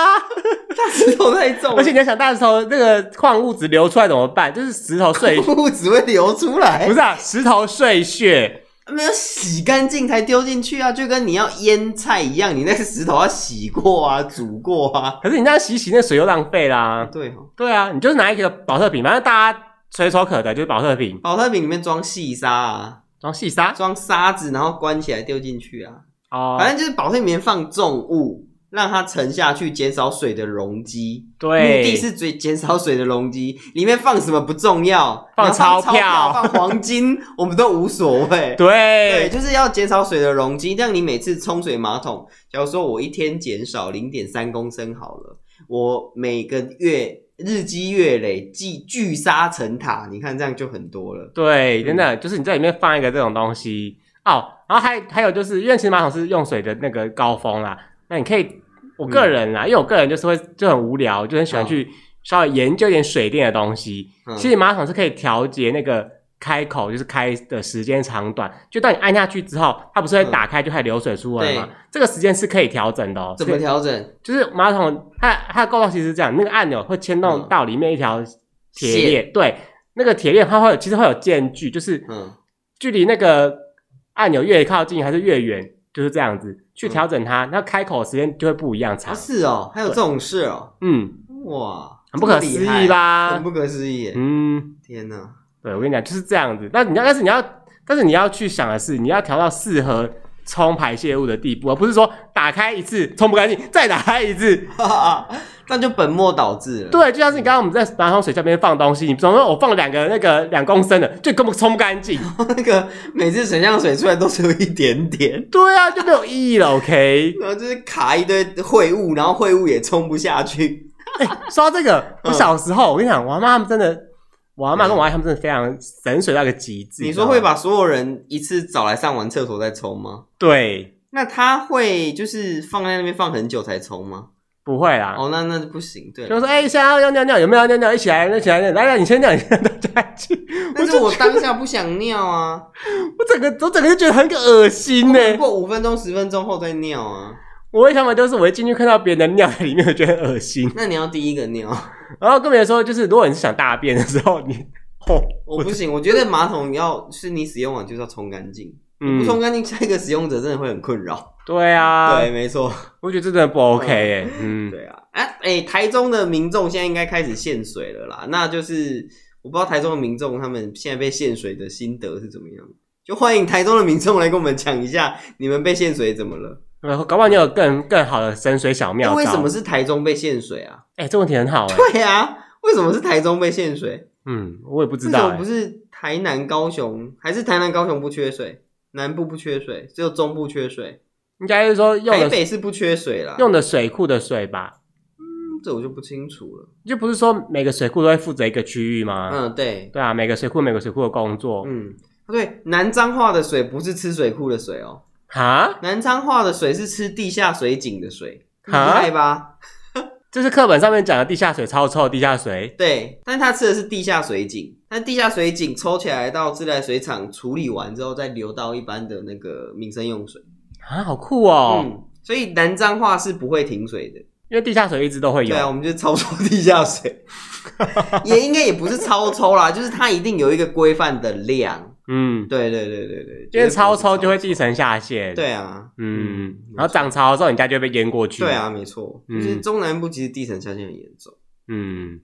[SPEAKER 1] 大石头太重了，
[SPEAKER 2] 而且你要想大石头那个矿物 质流出来怎么办？就是石头碎，啊
[SPEAKER 1] 物只会流出来
[SPEAKER 2] 不。是啊，石头碎屑。
[SPEAKER 1] 没有洗干净才丢进去啊，就跟你要腌菜一样，你那个石头要洗过 啊、煮过啊。
[SPEAKER 2] 可是你这样洗洗，那水又浪费啦。
[SPEAKER 1] 对哦，
[SPEAKER 2] 对啊，你就是拿一个保特瓶，反正大家随手可得就是保特瓶，
[SPEAKER 1] 保特瓶里面装细沙啊，
[SPEAKER 2] 装细沙
[SPEAKER 1] 装沙子，然后关起来丢进去啊。
[SPEAKER 2] 哦，
[SPEAKER 1] 反正就是保特瓶里面放重物，让它沉下去，减少水的容积。
[SPEAKER 2] 对，
[SPEAKER 1] 目的是最减少水的容积，里面放什么不重要，
[SPEAKER 2] 放
[SPEAKER 1] 你要放
[SPEAKER 2] 钞
[SPEAKER 1] 钞
[SPEAKER 2] 票
[SPEAKER 1] 放黄金， 我们都无所谓。对，
[SPEAKER 2] 对
[SPEAKER 1] 就是要减少水的容积，让你每次冲水马桶，假如说我一天减少零点三公升好了，我每个月日积月累，积聚沙成塔，你看这样就很多了。
[SPEAKER 2] 对，
[SPEAKER 1] 嗯
[SPEAKER 2] 真的就是你在里面放一个这种东西哦，然后还还有就是，因为其实马桶是用水的那个高峰啦，那你可以，我个人
[SPEAKER 1] 嗯
[SPEAKER 2] 啦，因为我个人就是会就很无聊，就很喜欢去稍微研究一点水电的东西。
[SPEAKER 1] 嗯
[SPEAKER 2] 其实马桶是可以调节那个开口，就是开的时间长短。就当你按下去之后，它不是会打开就开始流水出来吗？
[SPEAKER 1] 嗯对
[SPEAKER 2] 这个时间是可以调整的哦。
[SPEAKER 1] 怎
[SPEAKER 2] 所
[SPEAKER 1] 么
[SPEAKER 2] 以
[SPEAKER 1] 调整？
[SPEAKER 2] 就是马桶它它的构造其实是这样，那个按钮会牵动
[SPEAKER 1] 嗯
[SPEAKER 2] 到里面一条铁
[SPEAKER 1] 线
[SPEAKER 2] 链，对，那个铁链它会有其实会有间距，就是
[SPEAKER 1] 嗯，
[SPEAKER 2] 距离那个按钮越靠近还是越远，就是这样子去调整它，那开口时间就会不一样
[SPEAKER 1] 啊
[SPEAKER 2] 长。
[SPEAKER 1] 是嗯哦，还有这种事哦，
[SPEAKER 2] 嗯，
[SPEAKER 1] 哇，
[SPEAKER 2] 很不可思
[SPEAKER 1] 这么
[SPEAKER 2] 议
[SPEAKER 1] 厉害？很
[SPEAKER 2] 吧？
[SPEAKER 1] 不可思议耶，
[SPEAKER 2] 嗯，
[SPEAKER 1] 天哪！
[SPEAKER 2] 对我跟你讲就是这样子。那你要，但是你要，但是你要去想的是，你要调到适合冲排泄物的地步，而不是说打开一次冲不干净，再打开一次。
[SPEAKER 1] 哈哈，那就本末倒置了。，
[SPEAKER 2] 对，就像是你刚刚我们在马桶水下面放东西，你总说我放两个那个两公升的，就根本冲不干净。
[SPEAKER 1] 那个每次水像水出来都只有一点点。
[SPEAKER 2] 对啊，就没有意义了。OK。
[SPEAKER 1] 然后就是卡一堆秽物，然后秽物也冲不下去。
[SPEAKER 2] 说到这个，我
[SPEAKER 1] 嗯
[SPEAKER 2] 小时候，我跟你讲，我阿妈他们真的，我阿妈跟我阿姨他们真的非常神水到一个极致。
[SPEAKER 1] 你说
[SPEAKER 2] 知道吗
[SPEAKER 1] 会？把所有人一次找来上完厕所再冲吗？
[SPEAKER 2] 对，
[SPEAKER 1] 那他会就是放在那边放很久才冲吗？
[SPEAKER 2] 不会啦。
[SPEAKER 1] 哦，那那就不行，对
[SPEAKER 2] 就。是说，哎、现在要尿尿，有没有要尿尿？一起来，一起来，来来，你先尿，你先尿，大家 去。
[SPEAKER 1] 但是我当下不想尿啊，
[SPEAKER 2] 我整个，我整个就觉得很恶心呢、
[SPEAKER 1] 过五分钟、十分钟后再尿啊。
[SPEAKER 2] 我的想法就是，我一进去看到别人的尿在里面，我觉得很恶心。
[SPEAKER 1] 那你要第一个尿，
[SPEAKER 2] 然后更别说，就是如果你是想大便的时候，你，哦，
[SPEAKER 1] 我不行，我觉得马桶要是你使用完就是要冲干净，不
[SPEAKER 2] 嗯，
[SPEAKER 1] 冲干净，下一个使用者真的会很困扰。
[SPEAKER 2] 对啊，
[SPEAKER 1] 对，没错，
[SPEAKER 2] 我觉得这真的不 OK 哎、嗯，
[SPEAKER 1] 对啊，哎、哎、台中的民众现在应该开始限水了啦。那就是我不知道台中的民众他们现在被限水的心得是怎么样，就欢迎台中的民众来跟我们讲一下你们被限水怎么了？
[SPEAKER 2] 然后搞不好你有更更好的神水小妙
[SPEAKER 1] 那
[SPEAKER 2] 招。
[SPEAKER 1] 为什么？是台中被限水啊？
[SPEAKER 2] 哎、这问题很好哎、
[SPEAKER 1] 对啊，为什么是台中被限水？
[SPEAKER 2] 嗯，我也不知
[SPEAKER 1] 为什
[SPEAKER 2] 道、
[SPEAKER 1] 么
[SPEAKER 2] 欸
[SPEAKER 1] 不。是台南、高雄？还是台南、高雄不缺水，南部不缺水，只有中部缺水，
[SPEAKER 2] 应该是说用
[SPEAKER 1] 台
[SPEAKER 2] 的
[SPEAKER 1] 北是不缺水啦。
[SPEAKER 2] 用的水库的水吧，
[SPEAKER 1] 这我就不清楚了。
[SPEAKER 2] 就不是说每个水库都会负责一个区域吗？
[SPEAKER 1] 嗯，对，
[SPEAKER 2] 对啊，每个水库每个水库的工作。
[SPEAKER 1] 嗯，对，南彰化的水不是吃水库的水哦。
[SPEAKER 2] 哈，
[SPEAKER 1] 南昌化的水是吃地下水井的水，厉
[SPEAKER 2] 啊
[SPEAKER 1] 害吧？
[SPEAKER 2] 这是课本上面讲的地下水超臭，地下水。
[SPEAKER 1] 对，但它吃的是地下水井，但地下水井抽起来到自来水厂处理完之后，再流到一般的那个民生用水。
[SPEAKER 2] 啊，好酷哦！
[SPEAKER 1] 嗯，所以南彰化是不会停水的。
[SPEAKER 2] 因为地下水一直都会有
[SPEAKER 1] 对。啊，我们就超抽地下 水，也应该也不是超抽啦， 就是它一定有一个规范的量。
[SPEAKER 2] 嗯，
[SPEAKER 1] 对对对对对，
[SPEAKER 2] 因为超抽就会
[SPEAKER 1] 地
[SPEAKER 2] 地层下陷。，
[SPEAKER 1] 对啊，
[SPEAKER 2] 嗯，
[SPEAKER 1] 嗯
[SPEAKER 2] 然后涨潮的时候，你家就会被淹过去。
[SPEAKER 1] 对，啊，没错，就是
[SPEAKER 2] 嗯
[SPEAKER 1] 中南部其实地层下陷很严重。
[SPEAKER 2] 嗯，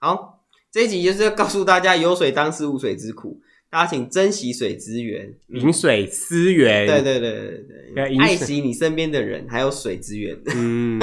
[SPEAKER 1] 好，这一集就是要告诉大家，有水当思无水之苦，大家请珍惜水资源。
[SPEAKER 2] 饮水思源。
[SPEAKER 1] 对对对对对
[SPEAKER 2] 要
[SPEAKER 1] 对，
[SPEAKER 2] 饮水
[SPEAKER 1] 爱惜你身边的人，还有水资源。
[SPEAKER 2] 嗯，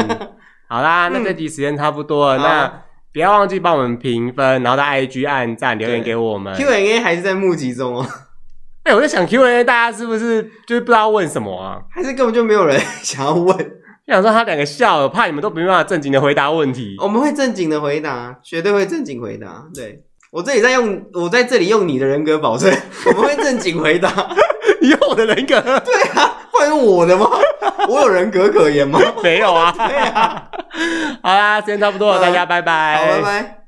[SPEAKER 2] 好啦，那这集时间差不多了，
[SPEAKER 1] 嗯好
[SPEAKER 2] 那不要忘记帮我们评分，然后到 IG 按赞留言
[SPEAKER 1] 对
[SPEAKER 2] 给我们。
[SPEAKER 1] Q&A 还是在募集中哦，
[SPEAKER 2] 哎、我在想 Q&A，大家是不是就是不知道问什么啊？
[SPEAKER 1] 还是根本就没有人想要问，
[SPEAKER 2] 就想说他两个笑了，怕你们都没办法正经的回答问题。
[SPEAKER 1] 我们会正经的回答，绝对会正经回答。对我这里在用，我在这里用你的人格保证， 我们会正经回答。
[SPEAKER 2] 你有我的人格
[SPEAKER 1] 对啊，会用我的吗？ 我有人格可言吗？
[SPEAKER 2] 没有啊？
[SPEAKER 1] 对啊，
[SPEAKER 2] 好啦，时间差不多了，大家拜拜。
[SPEAKER 1] 好，拜拜。